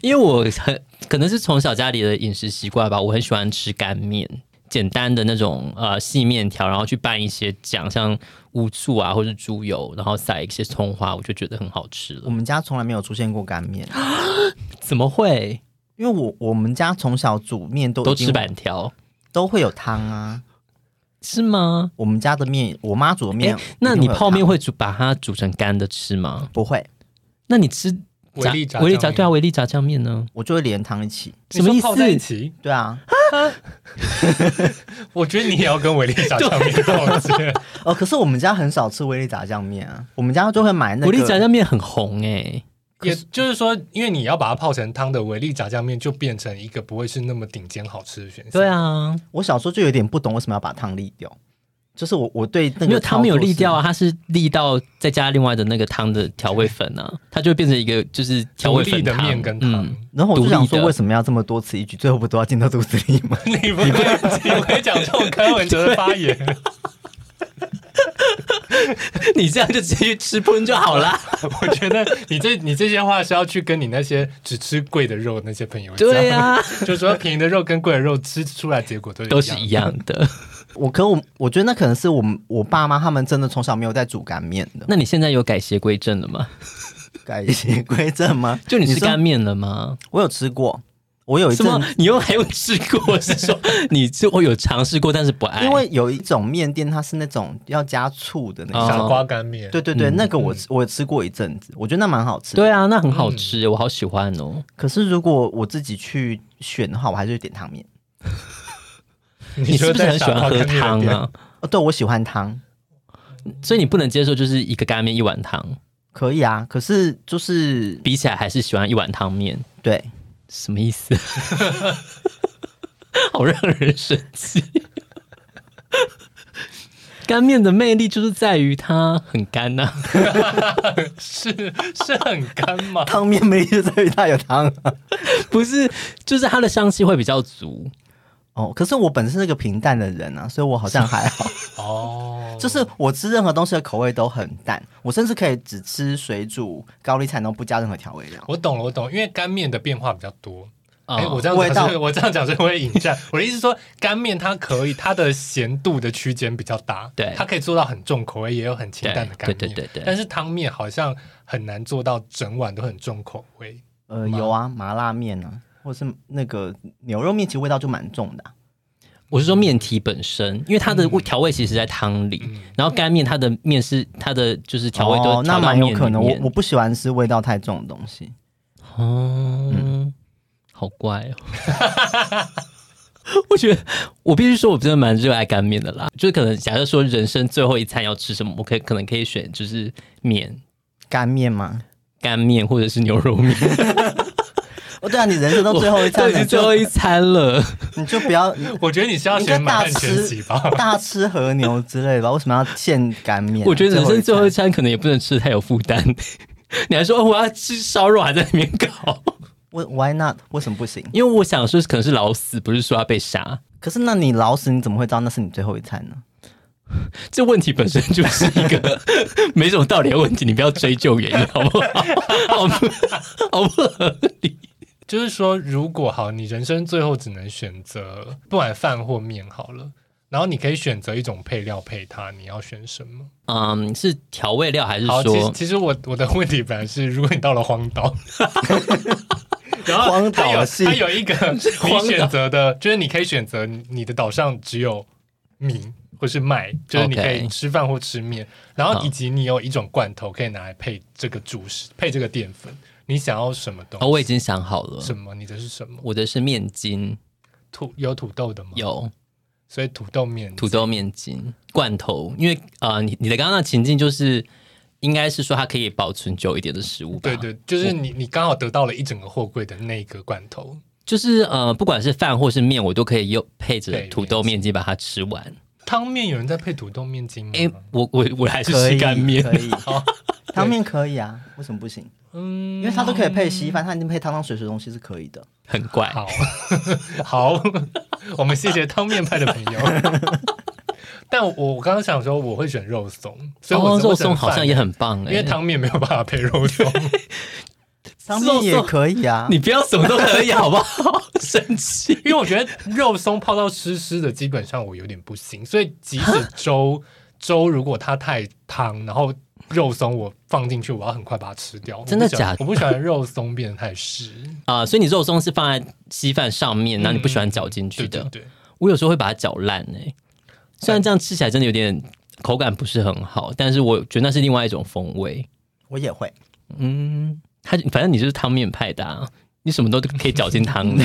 [SPEAKER 1] 因为我很可能是从小家里的饮食习惯吧，我很喜欢吃干面，简单的那种呃细面条，然后去拌一些酱，像乌醋啊或是猪油，然后撒一些葱花，我就觉得很好吃了。
[SPEAKER 3] 我们家从来没有出现过干面，
[SPEAKER 1] 嗯怎么会
[SPEAKER 3] 因为我我们家从小煮面都
[SPEAKER 1] 都
[SPEAKER 3] 已经
[SPEAKER 1] 吃板条
[SPEAKER 3] 都会有汤啊。
[SPEAKER 1] 是吗？
[SPEAKER 3] 我们家的面，我妈煮的面
[SPEAKER 1] 哎
[SPEAKER 3] 一定有汤，
[SPEAKER 1] 那你泡面会煮把它煮成干的吃吗？
[SPEAKER 3] 不会？
[SPEAKER 1] 那你吃
[SPEAKER 2] 维力炸
[SPEAKER 1] 维力炸
[SPEAKER 2] 酱面
[SPEAKER 1] 对啊，维力炸酱面呢？
[SPEAKER 3] 我就会连汤一起。
[SPEAKER 1] 什么
[SPEAKER 2] 你
[SPEAKER 1] 意
[SPEAKER 2] 说泡在一
[SPEAKER 1] 思？
[SPEAKER 2] 起？
[SPEAKER 3] 对啊，
[SPEAKER 2] 我觉得你也要跟维力
[SPEAKER 1] [laughs]
[SPEAKER 2] 炸酱面道歉。
[SPEAKER 3] 哦，可是我们家很少吃威力炸酱面啊，我们家就会买那个
[SPEAKER 1] 维力炸酱面很红哎、
[SPEAKER 2] 也就是说，因为你要把它泡成汤的维力炸酱面，就变成一个不会是那么顶尖好吃的选项。
[SPEAKER 1] 对，啊，
[SPEAKER 3] 我小时候就有点不懂为什么要把汤沥掉，就是我我对那个
[SPEAKER 1] 没有汤没有
[SPEAKER 3] 操作
[SPEAKER 1] 沥掉
[SPEAKER 3] 是，
[SPEAKER 1] 啊，它是沥到再加另外的那个汤的调味粉啊， [laughs] 它就会变成一个就是调
[SPEAKER 2] 独
[SPEAKER 1] 味
[SPEAKER 2] 立
[SPEAKER 1] 粉
[SPEAKER 2] 的
[SPEAKER 1] 汤
[SPEAKER 2] 面跟汤，
[SPEAKER 1] 嗯 [laughs]
[SPEAKER 3] 然后我就想
[SPEAKER 1] 独立
[SPEAKER 3] 说
[SPEAKER 1] 的
[SPEAKER 3] 为什么要这么多此一举，最后不都要进到肚子里吗？
[SPEAKER 2] [laughs]
[SPEAKER 3] [laughs]
[SPEAKER 2] 你不会你不会讲这种柯文哲的发
[SPEAKER 1] [laughs]
[SPEAKER 2] 言。
[SPEAKER 1] 你这样就直接去吃喷就好 [laughs] 啦。
[SPEAKER 2] 我觉得你这你这些话是要去跟你那些只吃贵的肉的那些朋友讲，
[SPEAKER 1] 对啊，
[SPEAKER 2] [laughs] 就说便宜的肉跟贵的肉吃出来结果都
[SPEAKER 1] [laughs] 都是
[SPEAKER 2] 一
[SPEAKER 1] 一
[SPEAKER 2] 样。
[SPEAKER 1] 样的。
[SPEAKER 3] 我可我我觉得那可能是我们我爸妈他们真的从小没有在煮干面的，
[SPEAKER 1] [laughs] 那你现在有改邪归正了吗？
[SPEAKER 3] 改邪归正吗？
[SPEAKER 1] [laughs] 就你吃
[SPEAKER 3] 说
[SPEAKER 1] 干面了吗？
[SPEAKER 3] 我有吃过，我有一
[SPEAKER 1] 什
[SPEAKER 3] 阵
[SPEAKER 1] 么。？你又还有吃过？是说 [laughs] 你吃我有尝试过，但是不爱，
[SPEAKER 3] 因为有一种面店，它是那种要加醋的那种。
[SPEAKER 1] 哦
[SPEAKER 2] 傻瓜干面，
[SPEAKER 3] 对对对，
[SPEAKER 1] 嗯
[SPEAKER 3] 那个我吃我吃过一阵子，我觉得那蛮好吃的。
[SPEAKER 1] 对啊，那很好吃，我好喜欢哦。
[SPEAKER 3] 可是如果我自己去选的话，我还是会点汤面。
[SPEAKER 1] 你
[SPEAKER 2] 你
[SPEAKER 1] 是
[SPEAKER 2] 说
[SPEAKER 1] 不是
[SPEAKER 2] 在
[SPEAKER 1] 很喜
[SPEAKER 2] 傻
[SPEAKER 1] 欢喝
[SPEAKER 2] 瓜干面的
[SPEAKER 1] 汤
[SPEAKER 2] 店？
[SPEAKER 1] 啊？
[SPEAKER 3] 哦，对，我喜欢汤，
[SPEAKER 1] 所以你不能接受就是一个干面一碗汤，
[SPEAKER 3] 可以啊。可是就是
[SPEAKER 1] 比起来还是喜欢一碗汤面。
[SPEAKER 3] 对，
[SPEAKER 1] 什么意思？ [laughs] 好让人生气。干面的魅力就是在于它很干啊
[SPEAKER 3] [laughs]
[SPEAKER 1] 呐、
[SPEAKER 2] 是是很干吗？
[SPEAKER 3] [laughs] 汤面没就在于它有汤、啊
[SPEAKER 1] 不是，就是它的香气会比较足。
[SPEAKER 3] 哦，可是我本身是个平淡的人啊，所以我好像还好， [laughs]
[SPEAKER 2] 哦，
[SPEAKER 3] 就是我吃任何东西的口味都很淡，我甚至可以只吃水煮高丽菜，然后不加任何调味料。
[SPEAKER 2] 我懂了，我懂了，因为干面的变化比较多。
[SPEAKER 1] 啊
[SPEAKER 2] 哎、我这样
[SPEAKER 3] 味
[SPEAKER 2] 讲
[SPEAKER 3] 道
[SPEAKER 2] 是，我这样讲是会引战。我的意思是说，干面它可以，它的咸度的区间比较大，
[SPEAKER 1] 对
[SPEAKER 2] 它可以做到很重口味，也有很清淡的干面，
[SPEAKER 1] 对对对对对
[SPEAKER 2] 但是汤面好像很难做到整碗都很重口味。
[SPEAKER 3] 呃，有啊，麻辣面啊，或是那个牛肉面，其实味道就蛮重的啊、
[SPEAKER 1] 我是说面体本身，因为它
[SPEAKER 3] 嗯
[SPEAKER 1] 的味调味其实在汤里，然后干面它的面是它的就是调味
[SPEAKER 3] 哦
[SPEAKER 1] 都，
[SPEAKER 3] 那
[SPEAKER 1] 调到
[SPEAKER 3] 蛮有
[SPEAKER 1] 面
[SPEAKER 3] 可
[SPEAKER 1] 里
[SPEAKER 3] 能。我
[SPEAKER 1] 面
[SPEAKER 3] 我不喜欢吃味道太重的东西。
[SPEAKER 1] 哦，好怪哦。 [laughs] 我觉得我必须说，我真的蛮热爱干面的啦。就是可能假设说人生最后一餐要吃什么，我可以可能可以选就是面、
[SPEAKER 3] 干面吗？
[SPEAKER 1] 干面或者是牛肉面。
[SPEAKER 3] 哦，对啊，你人生到最后一餐，
[SPEAKER 1] 都已经
[SPEAKER 3] 你
[SPEAKER 1] 最后
[SPEAKER 3] 就
[SPEAKER 1] 一餐了。
[SPEAKER 3] 你就不要
[SPEAKER 2] 我觉得你是要
[SPEAKER 3] 应该
[SPEAKER 2] 选满
[SPEAKER 3] 大
[SPEAKER 2] 汉全
[SPEAKER 3] 吃
[SPEAKER 2] 席 [laughs] 吧？
[SPEAKER 3] 大吃和牛之类的吧？为什么要限干面啊、
[SPEAKER 1] 我觉得人生最后一
[SPEAKER 3] 一餐
[SPEAKER 1] 餐可能也不能吃得太有负担。 [laughs] 你还说、哦我要吃烧肉，还在里面搞，
[SPEAKER 3] 我 Why not？为什么不行？
[SPEAKER 1] [laughs] 因为我想说可能是老死，不是说要被杀。
[SPEAKER 3] 可是那你老死，你怎么会知道那是你最后一餐呢？
[SPEAKER 1] 这问题本身就是一个 [laughs] 没什么道理的问题，你不要追究原因，好不好？ [laughs] 好不好不合理？
[SPEAKER 2] 就是说，如果好，你人生最后只能选择不管饭或面好了，然后你可以选择一种配料配它，你要选什么？
[SPEAKER 1] 嗯，是调味料还是
[SPEAKER 2] 好，其实
[SPEAKER 1] 说
[SPEAKER 2] 其实我我的问题本来是，如果你到了荒岛，然
[SPEAKER 1] 啊
[SPEAKER 2] 后
[SPEAKER 3] 荒岛
[SPEAKER 2] 它有
[SPEAKER 3] 是
[SPEAKER 2] 它有一个
[SPEAKER 1] [laughs] 荒岛
[SPEAKER 2] 你选择的，就是你可以选择你的岛上只有米或是麦，就是你可
[SPEAKER 1] OK
[SPEAKER 2] 以吃饭或吃面，然后
[SPEAKER 1] 好
[SPEAKER 2] 以及你有一种罐头可以拿来配这个主食，配这个淀粉，你想要什么东西？
[SPEAKER 1] 哦，我已经想好了，
[SPEAKER 2] 什么？你的是什么？
[SPEAKER 1] 我的是面筋，
[SPEAKER 2] 土有土豆的吗？
[SPEAKER 1] 有
[SPEAKER 2] 所以土豆面
[SPEAKER 1] 土豆面筋、罐头，因为呃，你你的刚刚的情境就是，应该是说它可以保存久一点的食物吧？
[SPEAKER 2] 对，对，就是你你刚好得到了一整个货柜的那个罐头，
[SPEAKER 1] 就是呃，不管是饭或是面，我都可以用配着
[SPEAKER 2] 对
[SPEAKER 1] 土豆面筋把它吃完。
[SPEAKER 2] 嗯汤面有人在配土豆面筋吗？
[SPEAKER 1] 哎、我我我还是
[SPEAKER 3] 可
[SPEAKER 1] 吃
[SPEAKER 3] 以
[SPEAKER 1] 干面，
[SPEAKER 3] 可以，
[SPEAKER 2] 好，
[SPEAKER 3] [laughs] 汤面可以啊，为什么不行？
[SPEAKER 2] 嗯
[SPEAKER 3] 因为它都可以配稀饭，它一定配汤汤水水的东西是可以的。
[SPEAKER 1] 很怪。
[SPEAKER 2] 好 [laughs] 好，我们谢谢汤面派的朋友。 [laughs] 但我我刚刚想说我会选肉松，所以我
[SPEAKER 1] 哦，
[SPEAKER 2] 只会
[SPEAKER 1] 肉
[SPEAKER 2] 选
[SPEAKER 1] 松好
[SPEAKER 2] 饭
[SPEAKER 1] 像也，很棒哎、
[SPEAKER 2] 因为汤面没有办法配肉松。 [laughs]
[SPEAKER 3] 汤面也可以啊，
[SPEAKER 1] 哦 [laughs] 你不要什么都可以好 [laughs] 不好？生气。
[SPEAKER 2] 因为我觉得肉松泡到湿湿的，基本上我有点不行，所以即使粥粥如果它太汤，然后肉松我放进去，我要很快把它吃掉。我不
[SPEAKER 1] 真的
[SPEAKER 2] 喜欢
[SPEAKER 1] 假的
[SPEAKER 2] 我不喜欢肉松变得
[SPEAKER 1] [laughs]
[SPEAKER 2] 太湿，
[SPEAKER 1] 啊、所以你肉松是放在稀饭上面，然后你不喜欢搅进去的。
[SPEAKER 2] 对嗯对对，
[SPEAKER 1] 我有时候会把它搅烂哎，虽然这样吃起来真的有点口感不是很好，但是我觉得那是另外一种风味。
[SPEAKER 3] 我也会。
[SPEAKER 1] 嗯，它反正你就是汤面派的、啊，你什么都可以搅进汤里。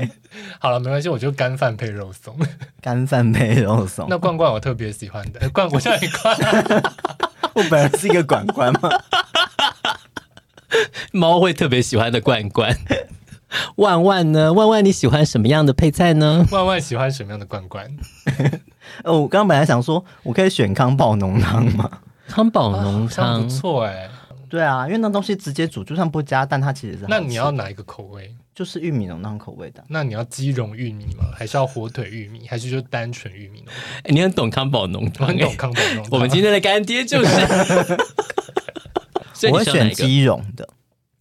[SPEAKER 2] [laughs] 好了，没关系，我就干饭配肉松。
[SPEAKER 1] [laughs]
[SPEAKER 3] 干饭配肉松
[SPEAKER 2] 那，罐罐我特别喜欢的，呃罐我叫你罐，
[SPEAKER 3] 我本来是一个管官
[SPEAKER 1] [laughs]
[SPEAKER 3] 嘛，
[SPEAKER 1] 猫会特别喜欢的罐罐。 [laughs] 万万呢？万万你喜欢什么样的配菜呢？
[SPEAKER 2] 万万喜欢什么样的罐罐？
[SPEAKER 3] 呃，我刚刚本来想说，我可以选康宝浓汤嘛。
[SPEAKER 1] 啊康宝浓
[SPEAKER 2] 好像
[SPEAKER 1] 汤
[SPEAKER 2] 不、错哎、
[SPEAKER 3] 对啊，因为那东西直接煮，就算不加蛋，它其实是好吃
[SPEAKER 2] 那你要哪一个口味？
[SPEAKER 3] 就是玉米浓汤口味的。
[SPEAKER 2] 那你要鸡茸玉米吗？还是要火腿玉米？还是就单纯玉米浓汤？
[SPEAKER 1] 哎你很懂康宝浓
[SPEAKER 2] 我
[SPEAKER 1] 汤、
[SPEAKER 2] 很懂
[SPEAKER 1] 哎
[SPEAKER 2] 康宝浓汤。
[SPEAKER 1] 我们今天的干爹就是。 [laughs] 所以
[SPEAKER 3] 我
[SPEAKER 1] 你
[SPEAKER 3] 会
[SPEAKER 1] 喜欢哪
[SPEAKER 3] 选
[SPEAKER 1] 一个？
[SPEAKER 3] 鸡茸的，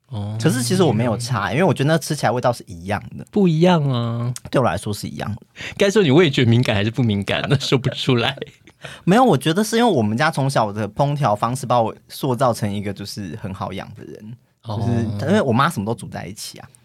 [SPEAKER 1] 哦，
[SPEAKER 3] 可是其实我没有差，因为我觉得那吃起来味道是一样的，
[SPEAKER 1] 不一样啊。
[SPEAKER 3] 对我来说是一样的。
[SPEAKER 1] 该说你味觉敏感还是不敏感呢？说不出 [laughs] 来。
[SPEAKER 3] 没有，我觉得是因为我们家从小的烹调方式把我塑造成一个就是很好养的人，
[SPEAKER 1] 哦
[SPEAKER 3] 就是因为我妈什么都煮在一起啊。 [laughs]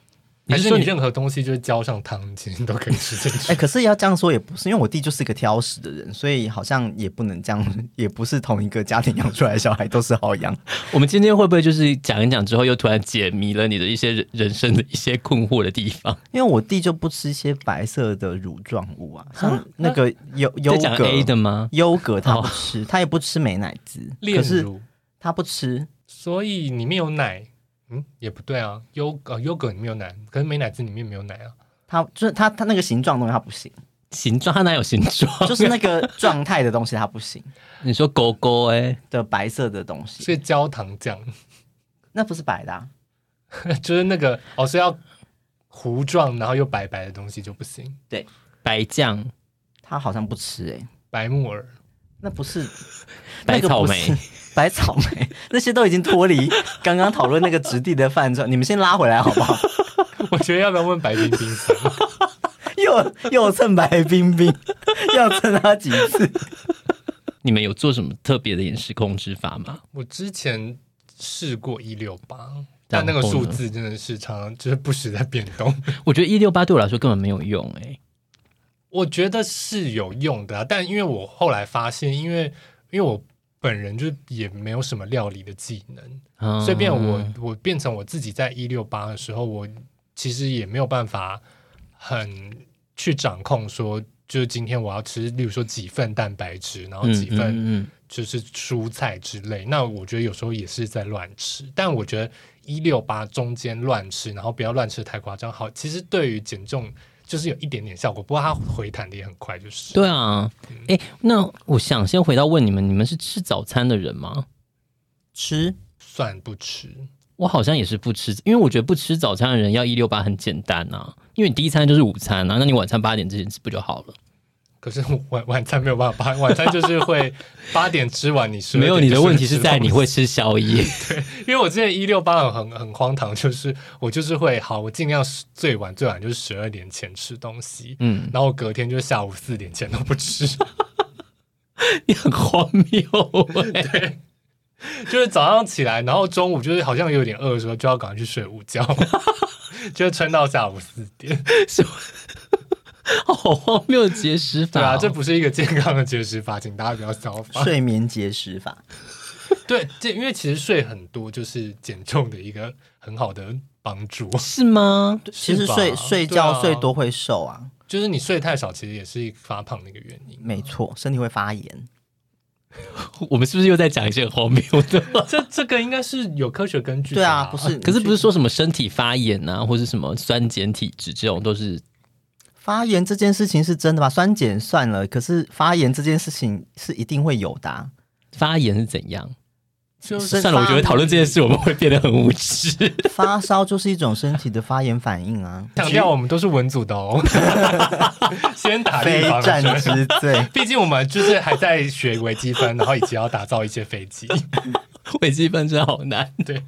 [SPEAKER 2] 还
[SPEAKER 1] 你
[SPEAKER 2] 是
[SPEAKER 1] 说
[SPEAKER 2] 你
[SPEAKER 1] 你
[SPEAKER 2] 任何东西就是浇上汤汁你都可以吃进去。
[SPEAKER 3] 哎、可是要这样说也不是，因为我弟就是个挑食的人，所以好像也不能这样， [laughs] 也不是同一个家庭养出来的小孩都是好养。
[SPEAKER 1] 我们今天会不会就是讲一讲之后，又突然解谜了你的一些人人生的一些困惑的地
[SPEAKER 2] [laughs]
[SPEAKER 1] 方？
[SPEAKER 3] 因为我弟就不吃一些白色的乳状物啊，像那个优优
[SPEAKER 1] 在讲
[SPEAKER 3] 格
[SPEAKER 1] A 的吗？哦
[SPEAKER 3] 优格他不吃，他也不吃美乃滋，
[SPEAKER 2] 炼
[SPEAKER 3] 可是
[SPEAKER 2] 乳，
[SPEAKER 3] 他不吃，
[SPEAKER 2] 所以里面有奶，嗯，也不对啊。优呃优格里面有奶，可是美乃滋里面没有奶啊。
[SPEAKER 3] 他就是他他那个形状的东西他不行，
[SPEAKER 1] 形状，它哪有形状？
[SPEAKER 3] 就是那个状态的东西他不行
[SPEAKER 1] 你说狗狗哎，
[SPEAKER 3] 的白色的东
[SPEAKER 1] [laughs]
[SPEAKER 3] 西，
[SPEAKER 2] 所以焦糖酱 [laughs]
[SPEAKER 3] 那不是白的、啊，
[SPEAKER 2] 就是那个哦，是要糊状然后又白白的东西就不行。
[SPEAKER 1] 白酱、
[SPEAKER 3] 他好像不吃哎、
[SPEAKER 2] 白木耳， [laughs]
[SPEAKER 3] 那
[SPEAKER 1] [laughs]
[SPEAKER 3] 不是
[SPEAKER 1] 白草莓、
[SPEAKER 3] 那个不是 [laughs] 白草莓那些都已经脱
[SPEAKER 1] [laughs]
[SPEAKER 3] 离刚刚讨论那个质地的范畴，你们先拉回来好
[SPEAKER 1] [laughs]
[SPEAKER 3] 不好？
[SPEAKER 2] 我觉得要不要问白冰冰算了？
[SPEAKER 3] 又又蹭白冰 [laughs] 冰，要蹭他几次？
[SPEAKER 1] [laughs] 你们有做什么特别的饮食控制法吗？
[SPEAKER 2] 我之前试过一六八，
[SPEAKER 1] 然后
[SPEAKER 2] 但那个
[SPEAKER 1] 呢
[SPEAKER 2] 数字真的是常 [laughs] 常就是不时在变动。 [laughs]
[SPEAKER 1] 我觉得一六八对我来说根本没有用哎、
[SPEAKER 2] 我觉得是有用的、啊，但因为我后来发现，因为因为我本人就是也没有什么料理的技能，
[SPEAKER 1] 嗯
[SPEAKER 2] 所以变我我变成我自己在一六八的时候，我其实也没有办法很去掌控说，就是今天我要吃，例如说几份蛋白质，然后几份、
[SPEAKER 1] 嗯嗯
[SPEAKER 2] 就是蔬菜之类。那我觉得有时候也是在乱吃，但我觉得一六八中间乱吃，然后不要乱吃得太夸张。好，其实对于减重就是有一点点效果，不过它回弹的也很快，就是。
[SPEAKER 1] 对啊，
[SPEAKER 2] 嗯
[SPEAKER 1] 哎、那我想先回到问你们，你们是吃早餐的人吗？
[SPEAKER 3] 吃
[SPEAKER 2] 算不吃，
[SPEAKER 1] 我好像也是不吃，因为我觉得不吃早餐的人要一六八很简单啊，因为你第一餐就是午餐啊，那你晚餐八点之前吃不就好了？
[SPEAKER 2] 可是我晚晚餐没有办法，八晚餐就是会八点吃完，你吃
[SPEAKER 1] 没有，你的问题是在你会吃宵 [laughs] 夜，
[SPEAKER 2] 因为我之前一六八很很很荒唐，就是我就是会好，我尽量是最晚最晚就是十二点前吃东西，
[SPEAKER 1] 嗯，
[SPEAKER 2] 然后隔天就下午四点前都不吃，
[SPEAKER 1] 你很荒谬、欸。
[SPEAKER 2] 就是早上起来，然后中午就是好像有点饿的时候，就要赶快去睡午 [laughs] 觉，就撑到下午四点。
[SPEAKER 1] 好荒谬的节食法、
[SPEAKER 2] 对
[SPEAKER 1] 哦！
[SPEAKER 2] 啊，这不是一个健康的节食法，请大家不要效仿。
[SPEAKER 3] [laughs] 睡眠节食法，
[SPEAKER 2] 对，这因为其实睡很多就是减重的一个很好的帮助。
[SPEAKER 1] 是吗？
[SPEAKER 3] 其实
[SPEAKER 2] 是吧
[SPEAKER 3] 睡睡觉
[SPEAKER 2] 对啊
[SPEAKER 3] 睡多会瘦啊。
[SPEAKER 2] 就是你睡太少，其实也是发胖的一个原因。
[SPEAKER 3] 没错，身体会发炎。
[SPEAKER 1] 我们是不是又在讲一些很荒谬的话？
[SPEAKER 2] [laughs] 这这个应该是有科学根据的、
[SPEAKER 3] 对啊，不是，
[SPEAKER 1] [laughs] 可是不是说什么身体发炎啊，或是什么酸碱体质这种都是
[SPEAKER 3] 发炎这件事情是真的吧？酸碱算了，可是发炎这件事情是一定会有的、啊。
[SPEAKER 1] 发炎是怎样？
[SPEAKER 2] 就是
[SPEAKER 1] 算了，我觉得讨论这件事我们会变得很无知。 [laughs]
[SPEAKER 3] 发烧就是一种身体的发炎反应啊，
[SPEAKER 2] 强调我们都是文组的 [laughs] 哦，先打预
[SPEAKER 3] 非
[SPEAKER 2] 防
[SPEAKER 3] 战
[SPEAKER 2] 针。
[SPEAKER 3] 之
[SPEAKER 2] [laughs]
[SPEAKER 3] 罪。
[SPEAKER 2] 毕竟我们就是还在学微积分，然后以及要打造一些飞机。
[SPEAKER 1] 微积分真的好难。
[SPEAKER 2] 对，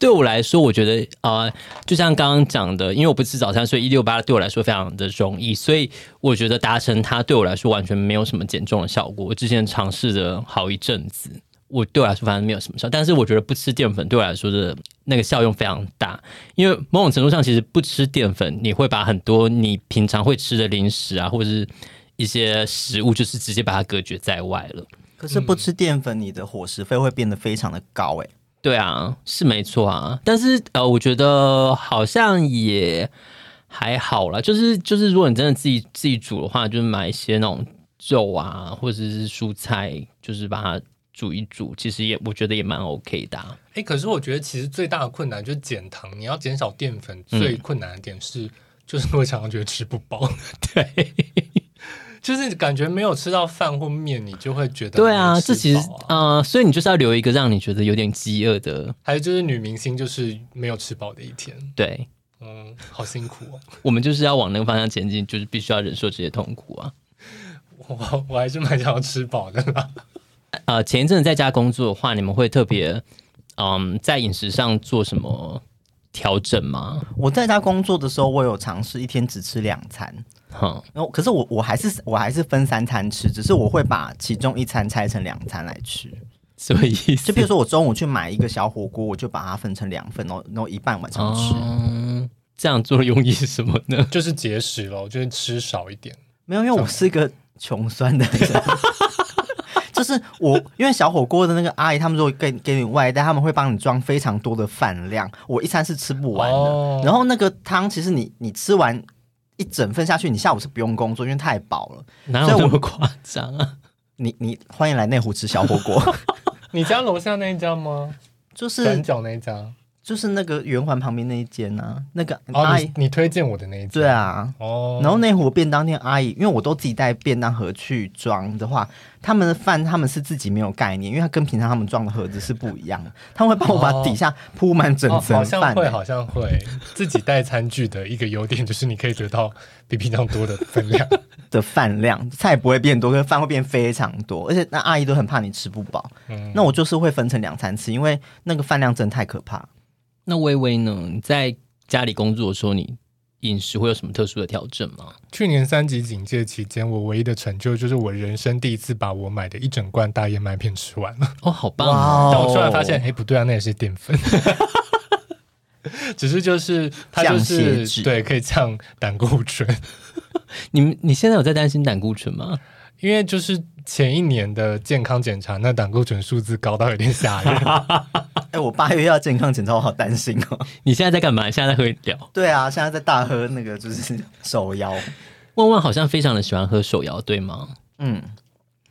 [SPEAKER 1] 对我来说，我觉得啊、呃就像刚刚讲的，因为我不吃早餐，所以一六八对我来说非常的容易，所以我觉得达成它对我来说完全没有什么减重的效果。我之前尝试了好一阵子，我对我来说反正没有什么效，但是我觉得不吃淀粉对我来说的那个效用非常大，因为某种程度上，其实不吃淀粉，你会把很多你平常会吃的零食啊，或者是一些食物，就是直接把它隔绝在外了。
[SPEAKER 3] 可是不吃淀粉，你的伙食费会变得非常的高哎、
[SPEAKER 1] 对啊，是没错啊，但是呃，我觉得好像也还好啦，就是就是，如果你真的自己自己煮的话，就是买一些那种肉啊，或者是蔬菜，就是把它煮一煮，其实也我觉得也蛮 OK 的啊、
[SPEAKER 2] 哎、可是我觉得其实最大的困难就是减糖，你要减少淀粉，最困难的点是，就是我常常觉得吃不饱，
[SPEAKER 1] 对
[SPEAKER 2] 就是感觉没有吃到饭或面，你就会觉得
[SPEAKER 1] 对啊，
[SPEAKER 2] 没
[SPEAKER 1] 这
[SPEAKER 2] 吃
[SPEAKER 1] 其实
[SPEAKER 2] 饱啊
[SPEAKER 1] 呃，所以你就是要留一个让你觉得有点饥饿的，
[SPEAKER 2] 还有就是女明星就是没有吃饱的一天，
[SPEAKER 1] 对
[SPEAKER 2] 嗯，好辛苦哦。
[SPEAKER 1] 我们就是要往那个方向前进，就是必须要忍受这些痛苦啊。
[SPEAKER 2] 我我还是蛮想要吃饱的啦。
[SPEAKER 1] 呃，前一阵子在家工作的话，你们会特别嗯在饮食上做什么调整吗？
[SPEAKER 3] 我在家工作的时候，我有尝试一天只吃两餐，
[SPEAKER 1] 哈、
[SPEAKER 3] 然后可是我我还是我还是分三餐吃，只是我会把其中一餐拆成两餐来吃。
[SPEAKER 1] 什么意思？
[SPEAKER 3] 就比如说我中午去买一个小火锅，我就把它分成两份，然后然后一半晚上吃。
[SPEAKER 1] 嗯，哦这样做的用意是什么呢？
[SPEAKER 2] 就是节食咯，就是吃少一点。
[SPEAKER 3] 没有，因为我是一个穷酸的人。 [laughs] 就是我，因为小火锅的那个阿姨，他们如果给给你外带，他们会帮你装非常多的饭量，我一餐是吃不完的。
[SPEAKER 2] 哦
[SPEAKER 3] 然后那个汤，其实你你吃完一整份下去，你下午是不用工作，因为太饱了。
[SPEAKER 1] 哪 [laughs] 有那么夸张啊？
[SPEAKER 3] 你你欢迎来内湖吃小火锅， [laughs]
[SPEAKER 2] 你家楼下那一家吗？
[SPEAKER 3] 就
[SPEAKER 2] 转
[SPEAKER 3] 是
[SPEAKER 2] 角那一家？
[SPEAKER 3] 就是那个圆环旁边那一间啊，那个
[SPEAKER 2] 哦，
[SPEAKER 3] 阿姨，
[SPEAKER 2] 你你推荐我的那一家？
[SPEAKER 3] 对啊，
[SPEAKER 2] 哦，
[SPEAKER 3] 然后内湖便当店阿姨，因为我都自己带便当盒去装的话，他们的饭他们是自己没有概念，因为它跟平常他们装的盒子是不一样的。他们会帮我把
[SPEAKER 2] 哦
[SPEAKER 3] 底下铺满整
[SPEAKER 2] 哦好
[SPEAKER 3] 层
[SPEAKER 2] 像
[SPEAKER 3] 饭、欸
[SPEAKER 2] 会，好像会。自己带餐具的一个优点就是你可以得到比平常多的分
[SPEAKER 3] [laughs]
[SPEAKER 2] 量。
[SPEAKER 3] 的饭量，菜不会变多，可是饭会变非常多，而且那阿姨都很怕你吃不饱。
[SPEAKER 2] 嗯，
[SPEAKER 3] 那我就是会分成两餐吃，因为那个饭量真的太可怕。
[SPEAKER 1] [laughs] 那微微呢？你在家里工作的时候，你饮食会有什么特殊的调整吗？
[SPEAKER 2] 去年三级警戒期间，我唯一的成就就是我人生第一次把我买的一整罐大燕麦片吃完了。
[SPEAKER 1] 哦，好棒、
[SPEAKER 3] 哇
[SPEAKER 1] 啊！
[SPEAKER 3] 哦
[SPEAKER 2] 但我突然发现，哎、不对啊，那也是淀粉。 [laughs] 只是就是它就
[SPEAKER 3] 降血
[SPEAKER 2] 是
[SPEAKER 3] 脂
[SPEAKER 2] 对可以降胆固醇，
[SPEAKER 1] 你们你现在有在担心胆固醇吗？
[SPEAKER 2] 因为就是前一年的健康检查，那胆固醇数字高到有点吓
[SPEAKER 3] [laughs]
[SPEAKER 2] 人。
[SPEAKER 3] 哎、我八月要健康检查，我好担心哦。
[SPEAKER 1] 你现在在干嘛？你现在在喝饮料？
[SPEAKER 3] 对啊，现在在大喝那
[SPEAKER 2] [laughs]
[SPEAKER 3] 个就是手摇，
[SPEAKER 1] 旺旺好像非常的喜欢喝手摇，对吗？
[SPEAKER 3] 嗯，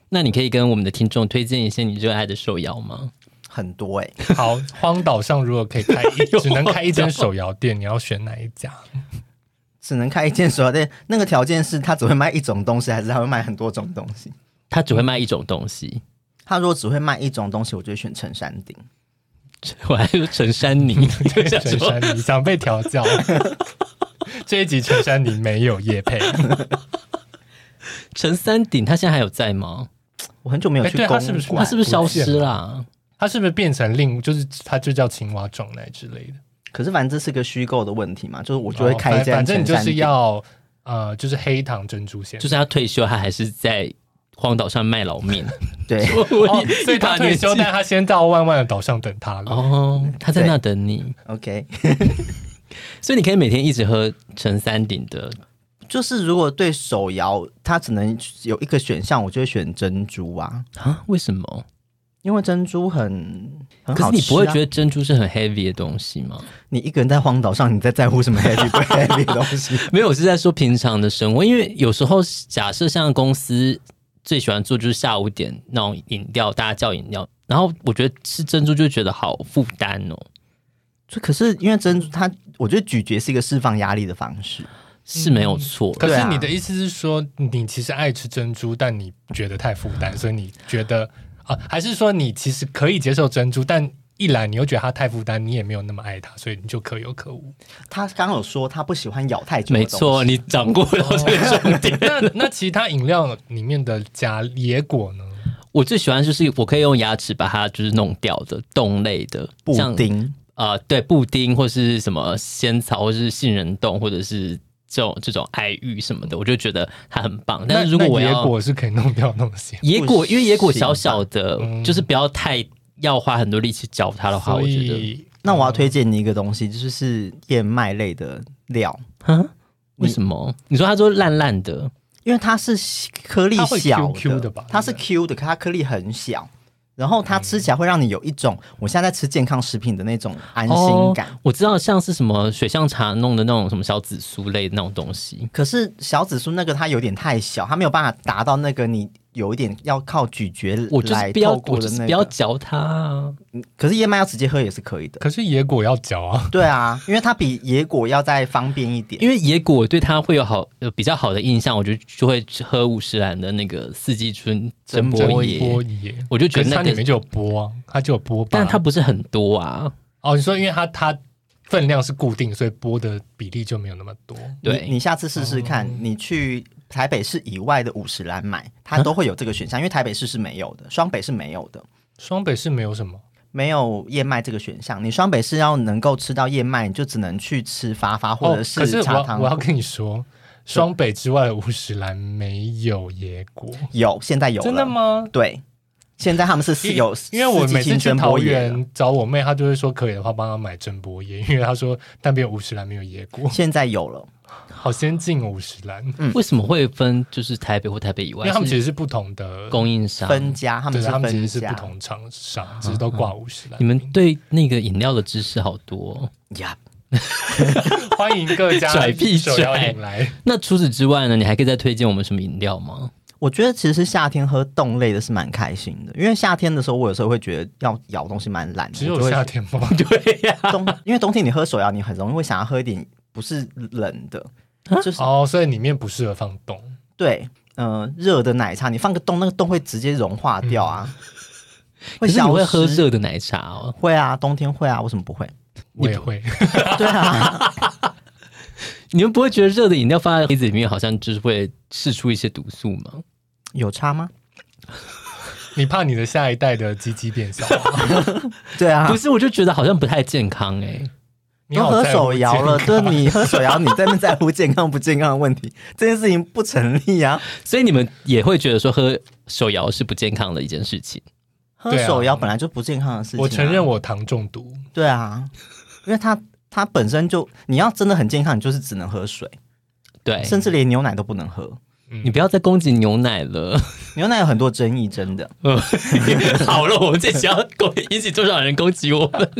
[SPEAKER 1] 那你可以跟我们的听众推荐一些你热爱的手摇吗？
[SPEAKER 3] 很多哎、
[SPEAKER 2] 好，荒岛上如果可以
[SPEAKER 3] [laughs]
[SPEAKER 2] 开一，
[SPEAKER 3] 哎
[SPEAKER 1] 呦
[SPEAKER 2] 只能开一间手摇店，你要选哪一家？
[SPEAKER 3] 只能开一间手摇店。那个条件是他只会卖一种东西，还是他会卖很多种东西？
[SPEAKER 1] 他只会卖一种东西，
[SPEAKER 3] 他如果只会卖一种东西，我就会选陈山顶。
[SPEAKER 1] 我还说陈 [laughs] 珊妮，就想
[SPEAKER 2] 陈
[SPEAKER 1] 说
[SPEAKER 2] 珊妮想被调
[SPEAKER 1] [laughs]
[SPEAKER 2] 教。这一集陈珊妮没有叶配，
[SPEAKER 1] 陈三鼎他现在还有在吗？
[SPEAKER 3] 我很久没有
[SPEAKER 2] 哎
[SPEAKER 3] 去
[SPEAKER 2] 对
[SPEAKER 3] 公
[SPEAKER 2] 他
[SPEAKER 3] 馆，
[SPEAKER 2] 是不是
[SPEAKER 1] 他是不是消失
[SPEAKER 2] 不见
[SPEAKER 1] 啦、
[SPEAKER 2] 它是不是变成另就是它就叫青蛙撞奶之类的？
[SPEAKER 3] 可是反正这是个虚构的问题嘛，就是我就会
[SPEAKER 2] 哦
[SPEAKER 3] 开一
[SPEAKER 2] 反
[SPEAKER 3] 间
[SPEAKER 2] 反正
[SPEAKER 3] 陈
[SPEAKER 2] 你就
[SPEAKER 3] 山
[SPEAKER 2] 是
[SPEAKER 3] 顶。
[SPEAKER 2] 要呃，就是黑糖珍珠鲜
[SPEAKER 1] 就是他退休，他还是在荒岛上卖老面。
[SPEAKER 3] 对，
[SPEAKER 1] 我
[SPEAKER 2] 哦，所以他退休，但他先到万万的岛上等他了。
[SPEAKER 1] 哦，他在那等你，
[SPEAKER 3] OK，
[SPEAKER 1] 所以你可以每天一直喝陈三鼎的。
[SPEAKER 3] 就是如果对手摇，它只能有一个选项，我就会选珍珠啊，
[SPEAKER 1] 啊？为什么？
[SPEAKER 3] 因为珍珠很很
[SPEAKER 1] 可
[SPEAKER 3] 好
[SPEAKER 1] 是你
[SPEAKER 3] 吃、啊。
[SPEAKER 1] 不会觉得珍珠是很 heavy 的东西吗？
[SPEAKER 3] 你一个人在荒岛上，你在在乎什么 heavy 不 heavy 的东西？
[SPEAKER 1] 没有，我是在说平常的生活，因为有时候假设像公司最喜欢做就是下午点那种饮料，大家叫饮料，然后我觉得吃珍珠就觉得好负担哦。
[SPEAKER 3] 就可是因为珍珠它，我觉得咀嚼是一个释放压力的方式。
[SPEAKER 1] 是没有错
[SPEAKER 2] 可
[SPEAKER 1] 的，
[SPEAKER 3] 对
[SPEAKER 2] 是
[SPEAKER 3] 啊
[SPEAKER 2] 你的意思是说，你其实爱吃珍珠，但你觉得太负担，所以你觉得啊，还是说你其实可以接受珍珠，但一来你又觉得它太负担，你也没有那么爱它，所以你就可有可无。
[SPEAKER 3] 他刚刚有说他不喜欢咬太久的
[SPEAKER 1] 没
[SPEAKER 3] 东西，
[SPEAKER 1] 错，你掌握到
[SPEAKER 2] 哦
[SPEAKER 1] 这个重点。
[SPEAKER 2] [laughs]
[SPEAKER 1] [laughs]
[SPEAKER 2] 那那其他饮料里面的加野果呢？
[SPEAKER 1] 我最喜欢就是我可以用牙齿把它就是弄掉的冻类的
[SPEAKER 3] 布
[SPEAKER 1] 像
[SPEAKER 3] 丁。
[SPEAKER 1] 呃，对，布丁或是什么仙草，或是杏仁冻，或者是这种这种爱玉什么的，我就觉得它很棒。但是如果
[SPEAKER 2] 那
[SPEAKER 1] 我
[SPEAKER 2] 那野
[SPEAKER 1] 要
[SPEAKER 2] 果是可以弄掉的东西，
[SPEAKER 1] 野
[SPEAKER 3] 不
[SPEAKER 1] 果，因为野果
[SPEAKER 3] 行
[SPEAKER 1] 小
[SPEAKER 3] 吧
[SPEAKER 1] 小的，
[SPEAKER 2] 嗯
[SPEAKER 1] 就是不要太要花很多力气嚼它的话，我
[SPEAKER 2] 所
[SPEAKER 1] 觉得
[SPEAKER 2] 以
[SPEAKER 3] 那我要推荐你一个东西，就是是燕麦类的料，
[SPEAKER 1] 啊，为什么？你说它说烂烂的，
[SPEAKER 3] 因为它是颗粒
[SPEAKER 2] 它会
[SPEAKER 3] 小
[SPEAKER 2] QQ 的吧
[SPEAKER 3] 它是
[SPEAKER 2] 对不
[SPEAKER 3] Q 的，可它颗粒很小。然后它吃起来会让你有一种我现在在吃健康食品的那种安心感。
[SPEAKER 1] 哦我知道像是什么水象茶弄的那种什么小紫苏类的那种东西，
[SPEAKER 3] 可是小紫苏那个它有点太小，它没有办法达到那个你有一点要靠咀嚼
[SPEAKER 1] 我就是
[SPEAKER 3] 来
[SPEAKER 1] 不要，
[SPEAKER 3] 透
[SPEAKER 1] 我
[SPEAKER 3] 过
[SPEAKER 1] 就
[SPEAKER 3] 的
[SPEAKER 1] 是
[SPEAKER 3] 那
[SPEAKER 1] 不要
[SPEAKER 3] 个。
[SPEAKER 1] 嚼它、啊。
[SPEAKER 3] 可是燕麦要直接喝也是可以的。
[SPEAKER 2] 可是野果要嚼啊，
[SPEAKER 3] 对啊，因为它比野果要再方便一点。
[SPEAKER 1] 因为野果对它会有好有比较好的印象，我就就会喝五十岚的那个四季春
[SPEAKER 3] 真
[SPEAKER 1] 蒸
[SPEAKER 3] 波
[SPEAKER 1] 波
[SPEAKER 2] 波
[SPEAKER 1] 野，
[SPEAKER 2] 野，
[SPEAKER 1] 我嗯就
[SPEAKER 2] 可
[SPEAKER 1] 觉
[SPEAKER 2] 是
[SPEAKER 1] 得
[SPEAKER 2] 它
[SPEAKER 1] 那
[SPEAKER 2] 里面
[SPEAKER 1] 个，
[SPEAKER 2] 就有波啊，它就有波霸。
[SPEAKER 1] 但它不是很多啊。
[SPEAKER 2] 哦，你说因为它它分量是固定，所以波的比例就没有那么多。
[SPEAKER 1] 对
[SPEAKER 3] 你，你下次试试看，你去台北市以外的五十岚买，它都会有这个选项，因为台北市是没有的，双北是没有的，
[SPEAKER 2] 双北是没有什么
[SPEAKER 3] 没有燕麦这个选项。你双北市要能够吃到燕麦，你就只能去吃发发或
[SPEAKER 2] 哦
[SPEAKER 3] 者，
[SPEAKER 2] 可是
[SPEAKER 3] 茶
[SPEAKER 2] 我
[SPEAKER 3] 汤。
[SPEAKER 2] 我要跟你说，双北之外的五十岚没有野果，
[SPEAKER 3] 有，现在有了
[SPEAKER 2] 真的？吗？
[SPEAKER 3] 对，现在他们是四
[SPEAKER 2] 因
[SPEAKER 3] 有，
[SPEAKER 2] 因为我每次去桃
[SPEAKER 3] 园。
[SPEAKER 2] 园找我妹，她就会说可以的话帮她买真波野，因为她说那边有五十岚没有野果，
[SPEAKER 3] 现在有了，
[SPEAKER 2] 好先进哦五十岚，因
[SPEAKER 3] 嗯
[SPEAKER 1] 为什么会分就是台北或台北以外？
[SPEAKER 2] 为他们
[SPEAKER 1] 嗯
[SPEAKER 2] 其
[SPEAKER 1] 是
[SPEAKER 2] 实是不同的，
[SPEAKER 1] 供应商
[SPEAKER 3] 分家，他们
[SPEAKER 2] 对，
[SPEAKER 3] 是
[SPEAKER 2] 他们其
[SPEAKER 3] 分
[SPEAKER 2] 实是
[SPEAKER 3] 家
[SPEAKER 2] 不同厂商，只是都挂五十岚
[SPEAKER 1] 你。们对那个饮料的知识好多哦、
[SPEAKER 3] 呀。
[SPEAKER 2] 欢迎各
[SPEAKER 1] [laughs]
[SPEAKER 2] 家
[SPEAKER 1] 拽屁
[SPEAKER 2] 手摇
[SPEAKER 1] 拽
[SPEAKER 2] 饮来，
[SPEAKER 1] 那除此之外呢？你还可以再推荐我们什么饮料吗？
[SPEAKER 3] 我觉得其实夏天喝冻类的是蛮开心的，因为夏天的时候，我有时候会觉得要咬东西蛮懒的，
[SPEAKER 2] 只
[SPEAKER 3] 我
[SPEAKER 2] 有
[SPEAKER 3] 就会
[SPEAKER 2] 夏天吗？
[SPEAKER 1] 对呀、
[SPEAKER 3] 冬，因为冬天你喝手摇，你很容易会想要喝一点不是冷的，就是
[SPEAKER 2] [laughs] 哦，所以里面不适合放冻。
[SPEAKER 3] 对，嗯，热的奶茶，你放个冻，那个冻会直接融化掉
[SPEAKER 2] 嗯
[SPEAKER 3] 啊，
[SPEAKER 1] 可
[SPEAKER 3] 会
[SPEAKER 1] 是
[SPEAKER 3] 消
[SPEAKER 1] 你
[SPEAKER 3] 失。
[SPEAKER 1] 会喝？热的奶茶哦。
[SPEAKER 3] 会啊，冬天会啊，为什么
[SPEAKER 2] [laughs]
[SPEAKER 3] 不会？
[SPEAKER 2] 我也会，
[SPEAKER 3] 对啊，
[SPEAKER 1] 你们不会觉得热的饮料放在杯子里面，好像就是会释出一些毒素吗？
[SPEAKER 3] 有差吗？
[SPEAKER 2] 你怕你的下一代的鸡鸡变小吗，
[SPEAKER 3] [laughs] 对啊
[SPEAKER 1] 不，是，我就觉得好像不太健康哎、
[SPEAKER 2] 你
[SPEAKER 3] 都
[SPEAKER 2] 好
[SPEAKER 3] 喝
[SPEAKER 2] 在乎
[SPEAKER 3] 手摇了，
[SPEAKER 2] 健
[SPEAKER 3] 对你喝手摇，你在那边在乎健康不健康的问题，这件事情不成立啊。
[SPEAKER 1] 所以你们也会觉得说喝手摇是不健康的一件事情。
[SPEAKER 3] 喝
[SPEAKER 2] 对啊
[SPEAKER 3] 手摇本来就不健康的事情、啊
[SPEAKER 2] 我承认，我糖中毒，
[SPEAKER 3] 对啊，因为它它本身就你要真的很健康，你就是只能喝水，
[SPEAKER 1] 对，
[SPEAKER 3] 甚至连牛奶都不能喝。
[SPEAKER 1] 你不要再攻击牛奶
[SPEAKER 3] [laughs]
[SPEAKER 1] 了。
[SPEAKER 3] 牛奶有很多争议，真的。
[SPEAKER 1] 好了，我们这集要攻引起多少人攻击我们？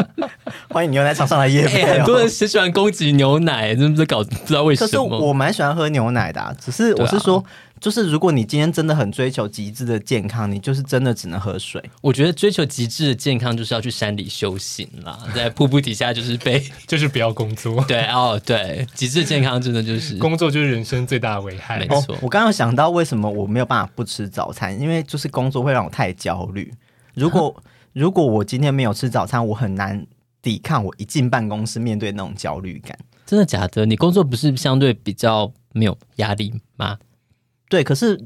[SPEAKER 3] 欢迎牛奶厂商来夜
[SPEAKER 1] 哎、
[SPEAKER 3] 配、
[SPEAKER 1] 很
[SPEAKER 3] 哦。
[SPEAKER 1] 多人是喜欢攻击牛奶，真不是搞不知道为什
[SPEAKER 3] [laughs] 可
[SPEAKER 1] 么。
[SPEAKER 3] 是我蛮喜欢喝牛奶的啊、只是我是说，就是如果你今天真的很追求极致的健康，你就是真的只能喝水。
[SPEAKER 1] 我觉得追求极致的健康，就是要去山里修行啦， [laughs] 在瀑布底下就是被 [laughs]
[SPEAKER 2] 就是不要工作，
[SPEAKER 1] 对哦对，极致健康真的就是
[SPEAKER 2] 工作就是人生最大的危害
[SPEAKER 1] 没。
[SPEAKER 3] 哦
[SPEAKER 1] 错，
[SPEAKER 3] 我刚刚有想到为什么我没有办法不吃早餐，因为就是工作会让我太焦虑。如果
[SPEAKER 1] [laughs]
[SPEAKER 3] 如果我今天没有吃早餐，我很难抵抗我一进办公室面对那种焦虑感。
[SPEAKER 1] 真的假的？你工作不是相对比较没有压力吗？
[SPEAKER 3] 对，可是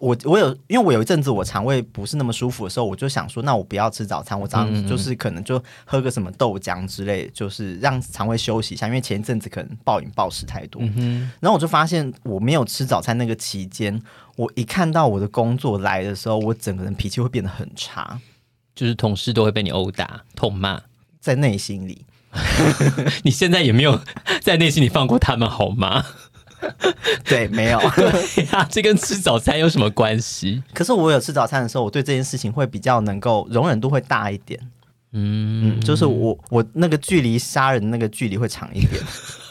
[SPEAKER 3] 我我有，因为我有一阵子我肠胃不是那么舒服的时候，我就想说，那我不要吃早餐，我早上就是可能就喝个什么豆浆之类，就是让肠胃休息一下，因为前一阵子可能暴饮暴食太多。然后我就发现我没有吃早餐那个期间，我一看到我的工作来的时候，我整个人脾气会变得很差，
[SPEAKER 1] 就是同事都会被你殴打、痛骂，
[SPEAKER 3] 在内心里。
[SPEAKER 1] 你现在也没有在内心里放过他们好吗？ [laughs]
[SPEAKER 3] 对，没有。
[SPEAKER 1] 对呀、这跟吃早餐有什么关系？
[SPEAKER 3] 可是我有吃早餐的时候，我对这件事情会比较能够容忍度会大一点。
[SPEAKER 1] 嗯
[SPEAKER 3] 嗯，就是我我那个距离杀人那个距离会长一
[SPEAKER 1] [laughs]
[SPEAKER 3] 点。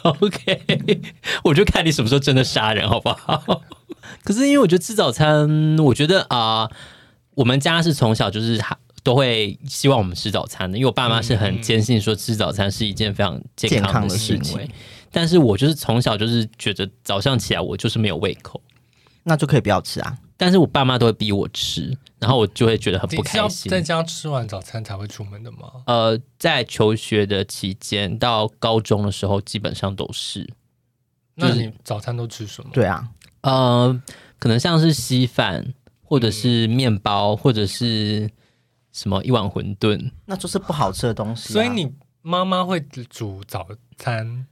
[SPEAKER 1] OK，我 [laughs] 就看你什么时候真的杀人，好不好？ [laughs] 可是因为我觉得吃早餐，我觉得啊、我们家是从小就是哈都会希望我们吃早餐的，因为我爸妈是很坚信说吃早餐是一件非常健
[SPEAKER 3] 健康
[SPEAKER 1] 的
[SPEAKER 3] 的
[SPEAKER 1] 行
[SPEAKER 3] 事情
[SPEAKER 1] 为。但是我就是从小就是觉得早上起来我就是没有胃口，
[SPEAKER 3] 那就可以不要吃啊。
[SPEAKER 1] 但是我爸妈都会逼我吃，然后我就会觉得很不
[SPEAKER 2] 你是要
[SPEAKER 1] 开心。
[SPEAKER 2] 在家吃完早餐才会出门的吗？
[SPEAKER 1] 呃，在求学的期间到高中的时候，基本上都是，
[SPEAKER 2] 那你早餐都吃什么？
[SPEAKER 3] 对啊，
[SPEAKER 1] 呃，可能像是稀饭，或者是面包，或者是什么一碗馄饨，
[SPEAKER 3] 那就是不好吃的东西啊、
[SPEAKER 2] 所以你妈妈会煮早餐，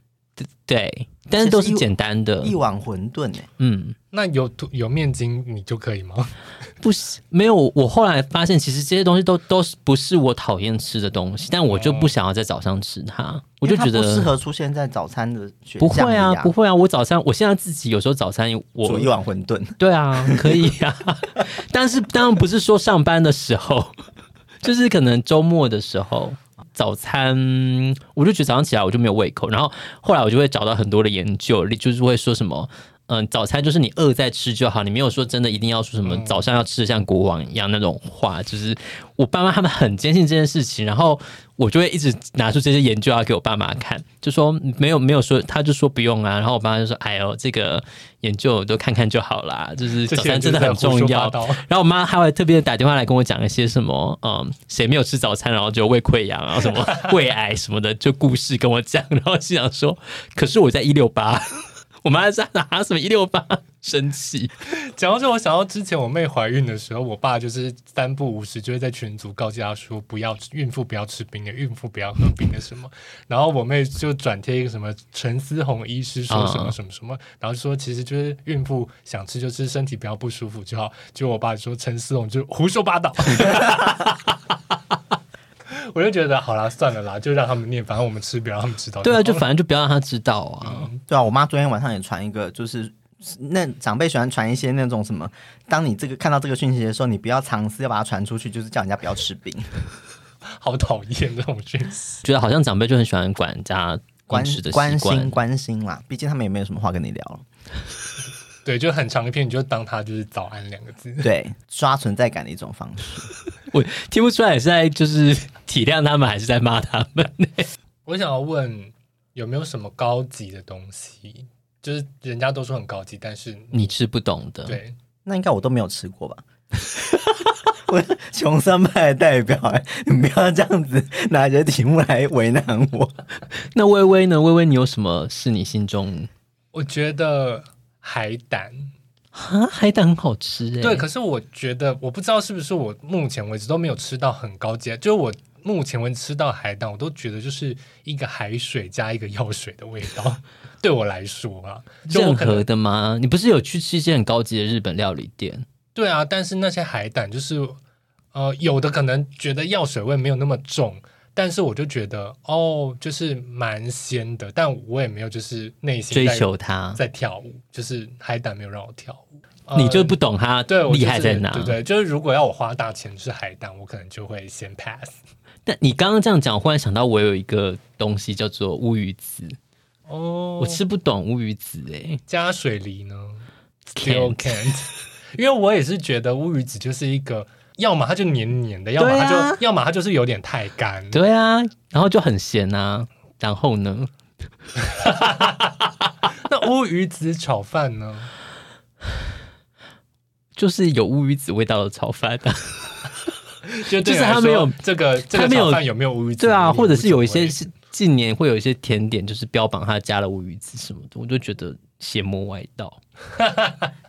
[SPEAKER 1] 对，但是都是简单的，
[SPEAKER 3] 一碗馄饨哎、
[SPEAKER 1] 嗯，
[SPEAKER 2] 那有土有面筋你就可以吗？
[SPEAKER 1] 不是没有。我后来发现，其实这些东西都都是不是我讨厌吃的东西，但我就不想要在早上吃它，我就
[SPEAKER 3] 因为它
[SPEAKER 1] 觉得
[SPEAKER 3] 不适合出现在早餐的选
[SPEAKER 1] 不
[SPEAKER 3] 项
[SPEAKER 1] 会
[SPEAKER 3] 里
[SPEAKER 1] 啊，不会啊，我早上我现在自己有时候早餐我
[SPEAKER 3] 煮一碗馄饨，
[SPEAKER 1] 对啊，可以啊，但是当然不是说上班的时候， [laughs] 就是可能周末的时候，早餐我就觉得早上起来我就没有胃口，然后后来我就会找到很多的研究，例就是会说什么。嗯，早餐就是你饿再吃就好，你没有说真的一定要说什么
[SPEAKER 2] 嗯
[SPEAKER 1] 早上要吃的像国王一样那种话。就是我爸妈他们很坚信这件事情，然后我就会一直拿出这些研究要给我爸妈看，就说没有没有说，他就说不用啊，然后我爸妈就说哎呦这个研究都看看就好啦，就是
[SPEAKER 2] 这
[SPEAKER 1] 早
[SPEAKER 2] 些
[SPEAKER 1] 餐
[SPEAKER 2] 人
[SPEAKER 1] 真的
[SPEAKER 2] 就是
[SPEAKER 1] 很
[SPEAKER 2] 在胡
[SPEAKER 1] 重
[SPEAKER 2] 说
[SPEAKER 1] 要
[SPEAKER 2] 八，道
[SPEAKER 1] 然后我妈还会特别打电话来跟我讲一些什么，嗯，谁没有吃早餐，然后就胃溃疡啊， [laughs] 什么胃癌什么的，就故事跟我讲。然后心想说，可是我在一六八， [laughs] 我妈在拿什么一六八生气。
[SPEAKER 2] 讲到这，我想到之前我妹怀孕的时候，我爸就是三不五时就会在群组告诫她说不要吃孕妇不要吃冰的，孕妇不要喝冰的什么。 [laughs] 然后我妹就转贴一个什么陈思宏医师说
[SPEAKER 1] 嗯
[SPEAKER 2] 什么什么什么，然后就说其实就是孕妇想吃就吃，身体不要不舒服就好。结果我爸说陈思宏就胡说八道。 [laughs] 我就觉得好啦，算了啦，就让他们念，反正我们吃，不要让他们知道好了。
[SPEAKER 1] 对啊，就反正就不要让她知道啊。
[SPEAKER 3] 对啊，我妈昨天晚上也传一个，就是那长辈喜欢传一些那种什么，当你这个看到这个讯息的时候，你不要藏私，要把它传出去，就是叫人家不要吃冰，
[SPEAKER 2] 好讨厌这种讯息。
[SPEAKER 1] 觉得好像长辈就很喜欢管人家
[SPEAKER 3] 关
[SPEAKER 1] 饮食的习
[SPEAKER 3] 关
[SPEAKER 1] 惯
[SPEAKER 3] 心。关心啦，毕竟他们也没有什么话跟你聊了。
[SPEAKER 2] 对，就很长一篇，你就当它就是“早安”两个字。
[SPEAKER 3] 对，刷存在感的一种方式。
[SPEAKER 1] 我听不出来是在就是体谅他们，还是在骂他们。
[SPEAKER 2] 我想要问，有没有什么高级的东西？就是人家都说很高级，但是
[SPEAKER 1] [laughs] 你吃不懂的，
[SPEAKER 2] 对
[SPEAKER 3] 那应该我都没有吃过吧？ [laughs] 我是穷酸派的代表、哎，你不要这样子拿着题目来为难我。
[SPEAKER 1] 那微微呢？微微，你有什么是你心中
[SPEAKER 2] 我觉得海胆，
[SPEAKER 1] 啊？海胆很好吃哎、
[SPEAKER 2] 对，可是我觉得我不知道是不是我目前为止都没有吃到很高级的，啊就是我目前为止吃到海胆，我都觉得就是一个海水加一个药水的味道，对我来说啊，就我
[SPEAKER 1] 任
[SPEAKER 2] 可能
[SPEAKER 1] 何的吗？你不是有去吃一些很高级的日本料理店？
[SPEAKER 2] 对啊，但是那些海胆就是，呃，有的可能觉得药水味没有那么重，但是我就觉得哦，就是蛮鲜的，但我也没有就是内心
[SPEAKER 1] 追
[SPEAKER 2] 在
[SPEAKER 1] 求它，
[SPEAKER 2] 在跳舞，就是海胆没有让我跳舞。呃
[SPEAKER 1] 你就不懂它
[SPEAKER 2] 对我就是
[SPEAKER 1] 厉害在哪。
[SPEAKER 2] 对对，就是如果要我花大钱吃海胆，我可能就会先 pass。
[SPEAKER 1] 但你刚刚这样讲，我忽然想到我有一个东西叫做乌鱼子，
[SPEAKER 2] 哦，
[SPEAKER 1] 我吃不懂乌鱼子哎、
[SPEAKER 2] 加水梨呢
[SPEAKER 1] Can't
[SPEAKER 2] ？Still can't，因 [laughs] 为我也是觉得乌鱼子就是一个，要么它就黏黏的，要么它就，
[SPEAKER 3] 对啊
[SPEAKER 2] 要么它就是有点太干。
[SPEAKER 1] 对啊，然后就很咸啊。然后呢？
[SPEAKER 2] [laughs] 那乌鱼子炒饭呢？
[SPEAKER 1] 就是有乌鱼子味道的炒饭、
[SPEAKER 2] [laughs]
[SPEAKER 1] 啊，
[SPEAKER 2] 就
[SPEAKER 1] 就
[SPEAKER 2] 对
[SPEAKER 1] 是
[SPEAKER 2] 你来
[SPEAKER 1] 它
[SPEAKER 2] 说
[SPEAKER 1] 没有
[SPEAKER 2] 这个这
[SPEAKER 1] 它
[SPEAKER 2] 个
[SPEAKER 1] 没有
[SPEAKER 2] 炒饭有没有乌鱼子？
[SPEAKER 1] 对啊，
[SPEAKER 2] 无鱼
[SPEAKER 1] 或者是有一些
[SPEAKER 2] 无所
[SPEAKER 1] 是近年会有一些甜点，就是标榜它加了乌鱼子什么的，我就觉得邪魔外道。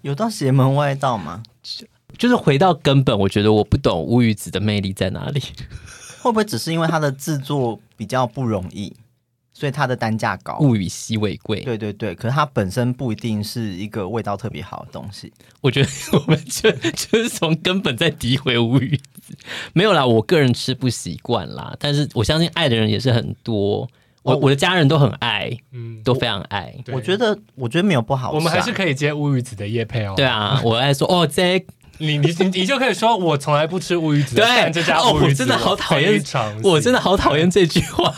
[SPEAKER 3] 有到邪门歪道吗？
[SPEAKER 1] 就是回到根本，我觉得我不懂乌鱼子的魅力在哪里。
[SPEAKER 3] 会不会只是因为它的制作比较不容易，所以它的单价高？
[SPEAKER 1] 物以稀为贵，
[SPEAKER 3] 对对对，可是它本身不一定是一个味道特别好的东西。
[SPEAKER 1] 我觉得我们就就是从根本在诋毁乌鱼子，没有啦，我个人吃不习惯啦，但是我相信爱的人也是很多。我
[SPEAKER 3] 哦
[SPEAKER 1] 我的家人都很爱，
[SPEAKER 2] 嗯，
[SPEAKER 1] 都非常爱。
[SPEAKER 2] 对
[SPEAKER 3] 我觉得我觉得没有不好吃啊、
[SPEAKER 2] 我们还是可以接乌鱼子的叶配哦。
[SPEAKER 1] 对，啊，我爱说哦，这
[SPEAKER 2] 你你你你就可以说我从来不吃乌鱼子，
[SPEAKER 1] 对
[SPEAKER 2] 但这家
[SPEAKER 1] 哦
[SPEAKER 2] 乌鱼子
[SPEAKER 1] 我真的好讨厌
[SPEAKER 2] 非常喜欢
[SPEAKER 1] 我真的好讨厌这句
[SPEAKER 2] [laughs]
[SPEAKER 1] 话，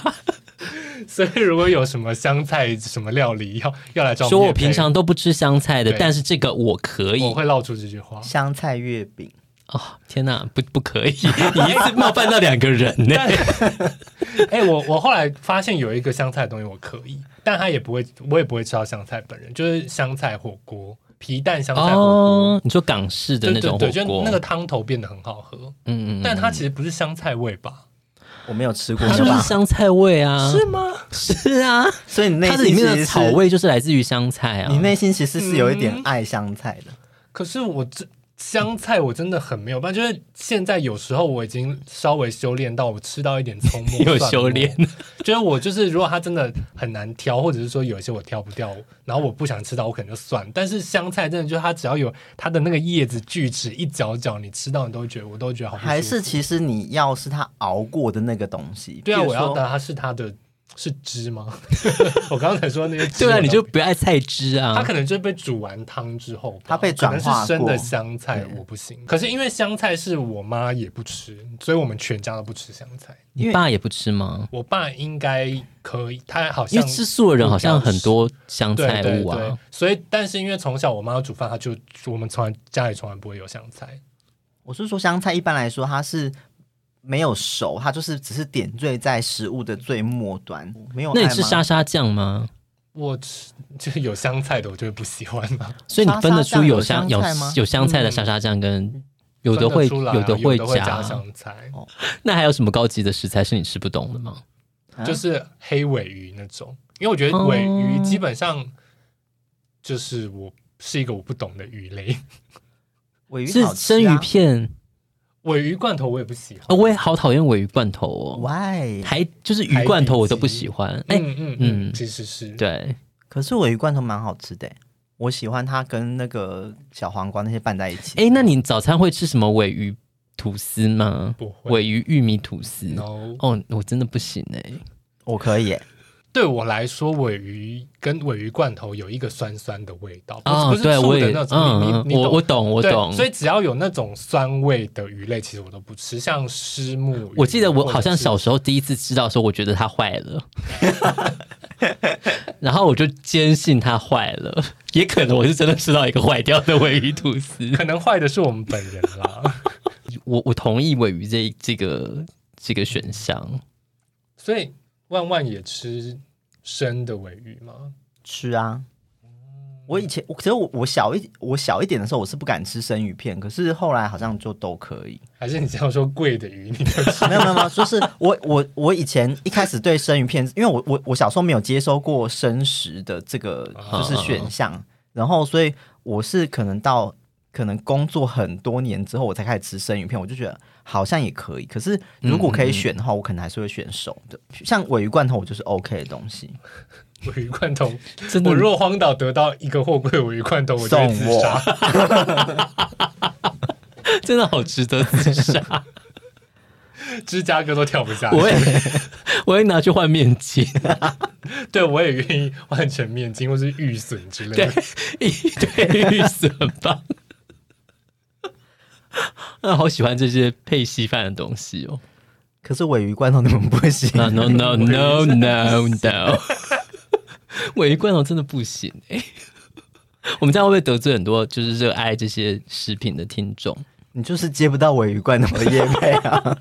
[SPEAKER 2] 所以如果有什么香菜什么料理要要来找
[SPEAKER 1] 说
[SPEAKER 2] 们
[SPEAKER 1] 我
[SPEAKER 2] 业配
[SPEAKER 1] 平常都不吃香菜的，
[SPEAKER 2] 对
[SPEAKER 1] 但是这个我可以
[SPEAKER 2] 我。会唠出这句话， [laughs]
[SPEAKER 3] 香菜月饼，
[SPEAKER 1] 哦，天哪，不不可以， [laughs] 你一次冒犯到两个人
[SPEAKER 2] [laughs]
[SPEAKER 1] 呢。
[SPEAKER 2] 哎、我我后来发现有一个香菜的东西我可以，但他也不会，我也不会吃到香菜本人，就是香菜火锅，皮蛋香菜火锅。
[SPEAKER 1] [laughs] 哦，你说港式的
[SPEAKER 2] 对
[SPEAKER 1] 那
[SPEAKER 2] 对
[SPEAKER 1] 种
[SPEAKER 2] 对，就
[SPEAKER 1] 火
[SPEAKER 2] 是
[SPEAKER 1] 锅，
[SPEAKER 2] 那个汤头变得很好喝，
[SPEAKER 1] 嗯嗯嗯，
[SPEAKER 2] 但它其实不是香菜味吧？
[SPEAKER 3] 我没有吃过
[SPEAKER 1] 它就
[SPEAKER 3] 没有
[SPEAKER 1] 是
[SPEAKER 3] 办法
[SPEAKER 1] 香菜味啊，
[SPEAKER 2] 吗？
[SPEAKER 1] [laughs] 是啊，
[SPEAKER 3] 所以你内
[SPEAKER 1] 它
[SPEAKER 3] 心
[SPEAKER 1] 的里面
[SPEAKER 3] 其
[SPEAKER 1] 的
[SPEAKER 3] 实
[SPEAKER 1] 草
[SPEAKER 3] 是，
[SPEAKER 1] 味就是来自于香菜啊
[SPEAKER 3] 你。内心其实是有一点
[SPEAKER 2] 嗯
[SPEAKER 3] 爱香菜的。
[SPEAKER 2] 可是我这香菜我真的很没有办法，就是现在有时候我已经稍微修炼到我吃到一点葱
[SPEAKER 1] [laughs]
[SPEAKER 2] 末，
[SPEAKER 1] 有
[SPEAKER 2] 蒜末
[SPEAKER 1] 修炼，
[SPEAKER 2] 就是我就是如果它真的很难挑，或者是说有一些我挑不掉，然后我不想吃到，我可能就算。但是香菜真的就是它只要有它的那个叶子锯齿一嚼嚼，你吃到你都会觉得我都觉得好不舒服
[SPEAKER 3] 还是其实你要是它熬过的那个东西，
[SPEAKER 2] 对啊，
[SPEAKER 3] 比如
[SPEAKER 2] 我
[SPEAKER 3] 说
[SPEAKER 2] 要的它是它的是
[SPEAKER 1] [laughs]
[SPEAKER 2] 汁吗？我刚才说那些汁
[SPEAKER 1] 对啊，
[SPEAKER 2] 我都
[SPEAKER 1] 你就不爱菜汁
[SPEAKER 2] 它
[SPEAKER 1] 啊。
[SPEAKER 2] 可能就是被煮完汤之后吧，
[SPEAKER 3] 它被转化
[SPEAKER 2] 可能是生的
[SPEAKER 3] 过
[SPEAKER 2] 香菜，我不行。可是因为香菜是我妈也不吃，所以我们全家都不吃香菜。
[SPEAKER 3] 因
[SPEAKER 1] 你
[SPEAKER 3] 为
[SPEAKER 1] 爸也不吃吗？
[SPEAKER 2] 我爸应该可以，他好
[SPEAKER 1] 因
[SPEAKER 2] 像
[SPEAKER 1] 为吃素的人好像很多香
[SPEAKER 2] 对
[SPEAKER 1] 菜
[SPEAKER 2] 对
[SPEAKER 1] 物啊。
[SPEAKER 2] 对，所以但是因为从小我妈煮饭，她就我们从来家里从来不会有香菜。
[SPEAKER 3] 我是说香菜一般来说它是没有熟，它就是只是点缀在食物的最末端，没哦有爱
[SPEAKER 1] 那
[SPEAKER 3] 吗。
[SPEAKER 1] 你吃沙沙酱吗？
[SPEAKER 2] 我吃就是有香菜的，我就会不喜欢啊。
[SPEAKER 1] 所以你分得出有
[SPEAKER 3] 沙沙
[SPEAKER 1] 香
[SPEAKER 3] 酱
[SPEAKER 1] 有
[SPEAKER 3] 有香菜吗
[SPEAKER 1] 有香菜的沙沙酱跟有的
[SPEAKER 2] 分得
[SPEAKER 1] 会
[SPEAKER 2] 出来啊
[SPEAKER 1] 有
[SPEAKER 2] 有
[SPEAKER 1] 的会
[SPEAKER 2] 会加
[SPEAKER 1] 加，
[SPEAKER 2] 香菜，
[SPEAKER 1] 那还有什么高级的食材是你吃不懂的吗？
[SPEAKER 3] 啊
[SPEAKER 2] 就是黑尾鱼那种，因为我觉得尾鱼
[SPEAKER 1] 哦
[SPEAKER 2] 基本上就是我是一个我不懂的鱼类。
[SPEAKER 3] 尾鱼
[SPEAKER 1] 是
[SPEAKER 3] 好吃啊
[SPEAKER 1] 生鱼片，
[SPEAKER 2] 尾鱼罐头我也不喜欢，
[SPEAKER 1] 呃我也好讨厌尾鱼罐头哦，
[SPEAKER 3] ，why？
[SPEAKER 1] 还就是鱼罐头我都不喜欢。哎，
[SPEAKER 2] 嗯嗯
[SPEAKER 1] 嗯
[SPEAKER 2] 嗯，其实是，
[SPEAKER 1] 对，
[SPEAKER 3] 可是尾鱼罐头蛮好吃的，欸我喜欢它跟那个小黄瓜那些拌在一起。
[SPEAKER 1] 哎，那你早餐会吃什么尾鱼吐司吗？
[SPEAKER 2] 不会
[SPEAKER 1] 尾鱼玉米吐司？
[SPEAKER 2] no，
[SPEAKER 1] 哦，我真的不行哎、
[SPEAKER 3] 我可以欸耶，
[SPEAKER 2] 对我来说，尾鱼跟尾鱼罐头有一个酸酸的味道，不是、
[SPEAKER 1] 哦
[SPEAKER 2] 不，是
[SPEAKER 1] 对，我
[SPEAKER 2] 醋
[SPEAKER 1] 也
[SPEAKER 2] 的那种，你
[SPEAKER 1] 嗯，
[SPEAKER 2] 你你
[SPEAKER 1] 我我
[SPEAKER 2] 懂。
[SPEAKER 1] 懂，我
[SPEAKER 2] 对
[SPEAKER 1] 懂。
[SPEAKER 2] 所以只要有那种酸味的鱼类，其实我都不吃，像虱目鱼。
[SPEAKER 1] 我记得我好像小
[SPEAKER 2] 时
[SPEAKER 1] 时候第一次知道的时候，我觉得它坏了， [laughs] 然后我就坚信它坏了，也可能我是真的吃到一个坏掉的尾鱼吐司
[SPEAKER 2] 候，。可能坏的是我们本人啦。 [laughs]
[SPEAKER 1] 我我同意尾鱼这这个这个选项，
[SPEAKER 2] 所以万万也吃生的尾鱼吗？
[SPEAKER 3] 吃啊。我以前，我可是我我小一我小一点的时候，我是不敢吃生鱼片，可是后来好像就都可以。
[SPEAKER 2] 还是你这样说贵的鱼你就吃？
[SPEAKER 3] [laughs] 没有没有没有，就是我我我以前一开始对生鱼片，因为我我我小时候没有接收过生食的这个
[SPEAKER 2] 啊
[SPEAKER 3] 就是选项，然后所以我是可能到可能工作很多年之后，我才开始吃生鱼片，我就觉得好像也可以。可是如果可以选
[SPEAKER 2] 嗯
[SPEAKER 3] 的话，我可能还是会选熟的，像尾鱼罐头，我就是 OK 的东西。
[SPEAKER 2] 尾鱼罐头，
[SPEAKER 1] 真的
[SPEAKER 2] 我若荒岛得到一个货柜尾鱼罐头，我就会
[SPEAKER 3] 送
[SPEAKER 2] 自杀。
[SPEAKER 1] 真的好值得自
[SPEAKER 2] [laughs]
[SPEAKER 1] 杀。
[SPEAKER 2] 芝加哥都跳不下去。
[SPEAKER 1] 我也 [laughs] 我会拿去换面筋，
[SPEAKER 2] 对，我也愿意换成面筋或是玉笋之类
[SPEAKER 1] 对
[SPEAKER 2] 的。，
[SPEAKER 1] 一对玉笋棒。 [laughs] 那好喜欢这些配稀饭的东西哦。
[SPEAKER 3] 可是尾鱼罐头你们不行，
[SPEAKER 1] 啊 no no no no [laughs] no！尾鱼罐头真的不行哎、 [laughs] 我们这样会不会得罪很多就是热爱这些食品的听众？
[SPEAKER 3] [laughs] 你就是接不到尾鱼罐头的叶配啊。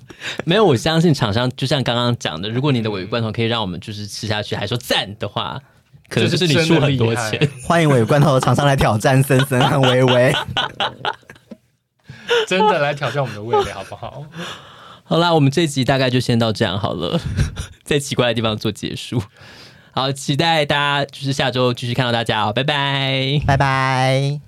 [SPEAKER 1] 没有，我相信厂商就像刚刚讲的，如果你的尾鱼罐头可以让我们就是吃下去还说赞的话，可能就是你输很多
[SPEAKER 2] 这是真的
[SPEAKER 1] 钱
[SPEAKER 2] 厉。
[SPEAKER 3] 欢迎尾鱼罐头的厂商来挑战森森和微微。
[SPEAKER 2] 害，真的来挑战我们的味蕾好不好？
[SPEAKER 1] 好啦，我们这集大概就先到这样好了， [laughs] 在奇怪的地方做结束。好，期待大家就是下周继续看到大家哦，拜拜。
[SPEAKER 3] 拜拜。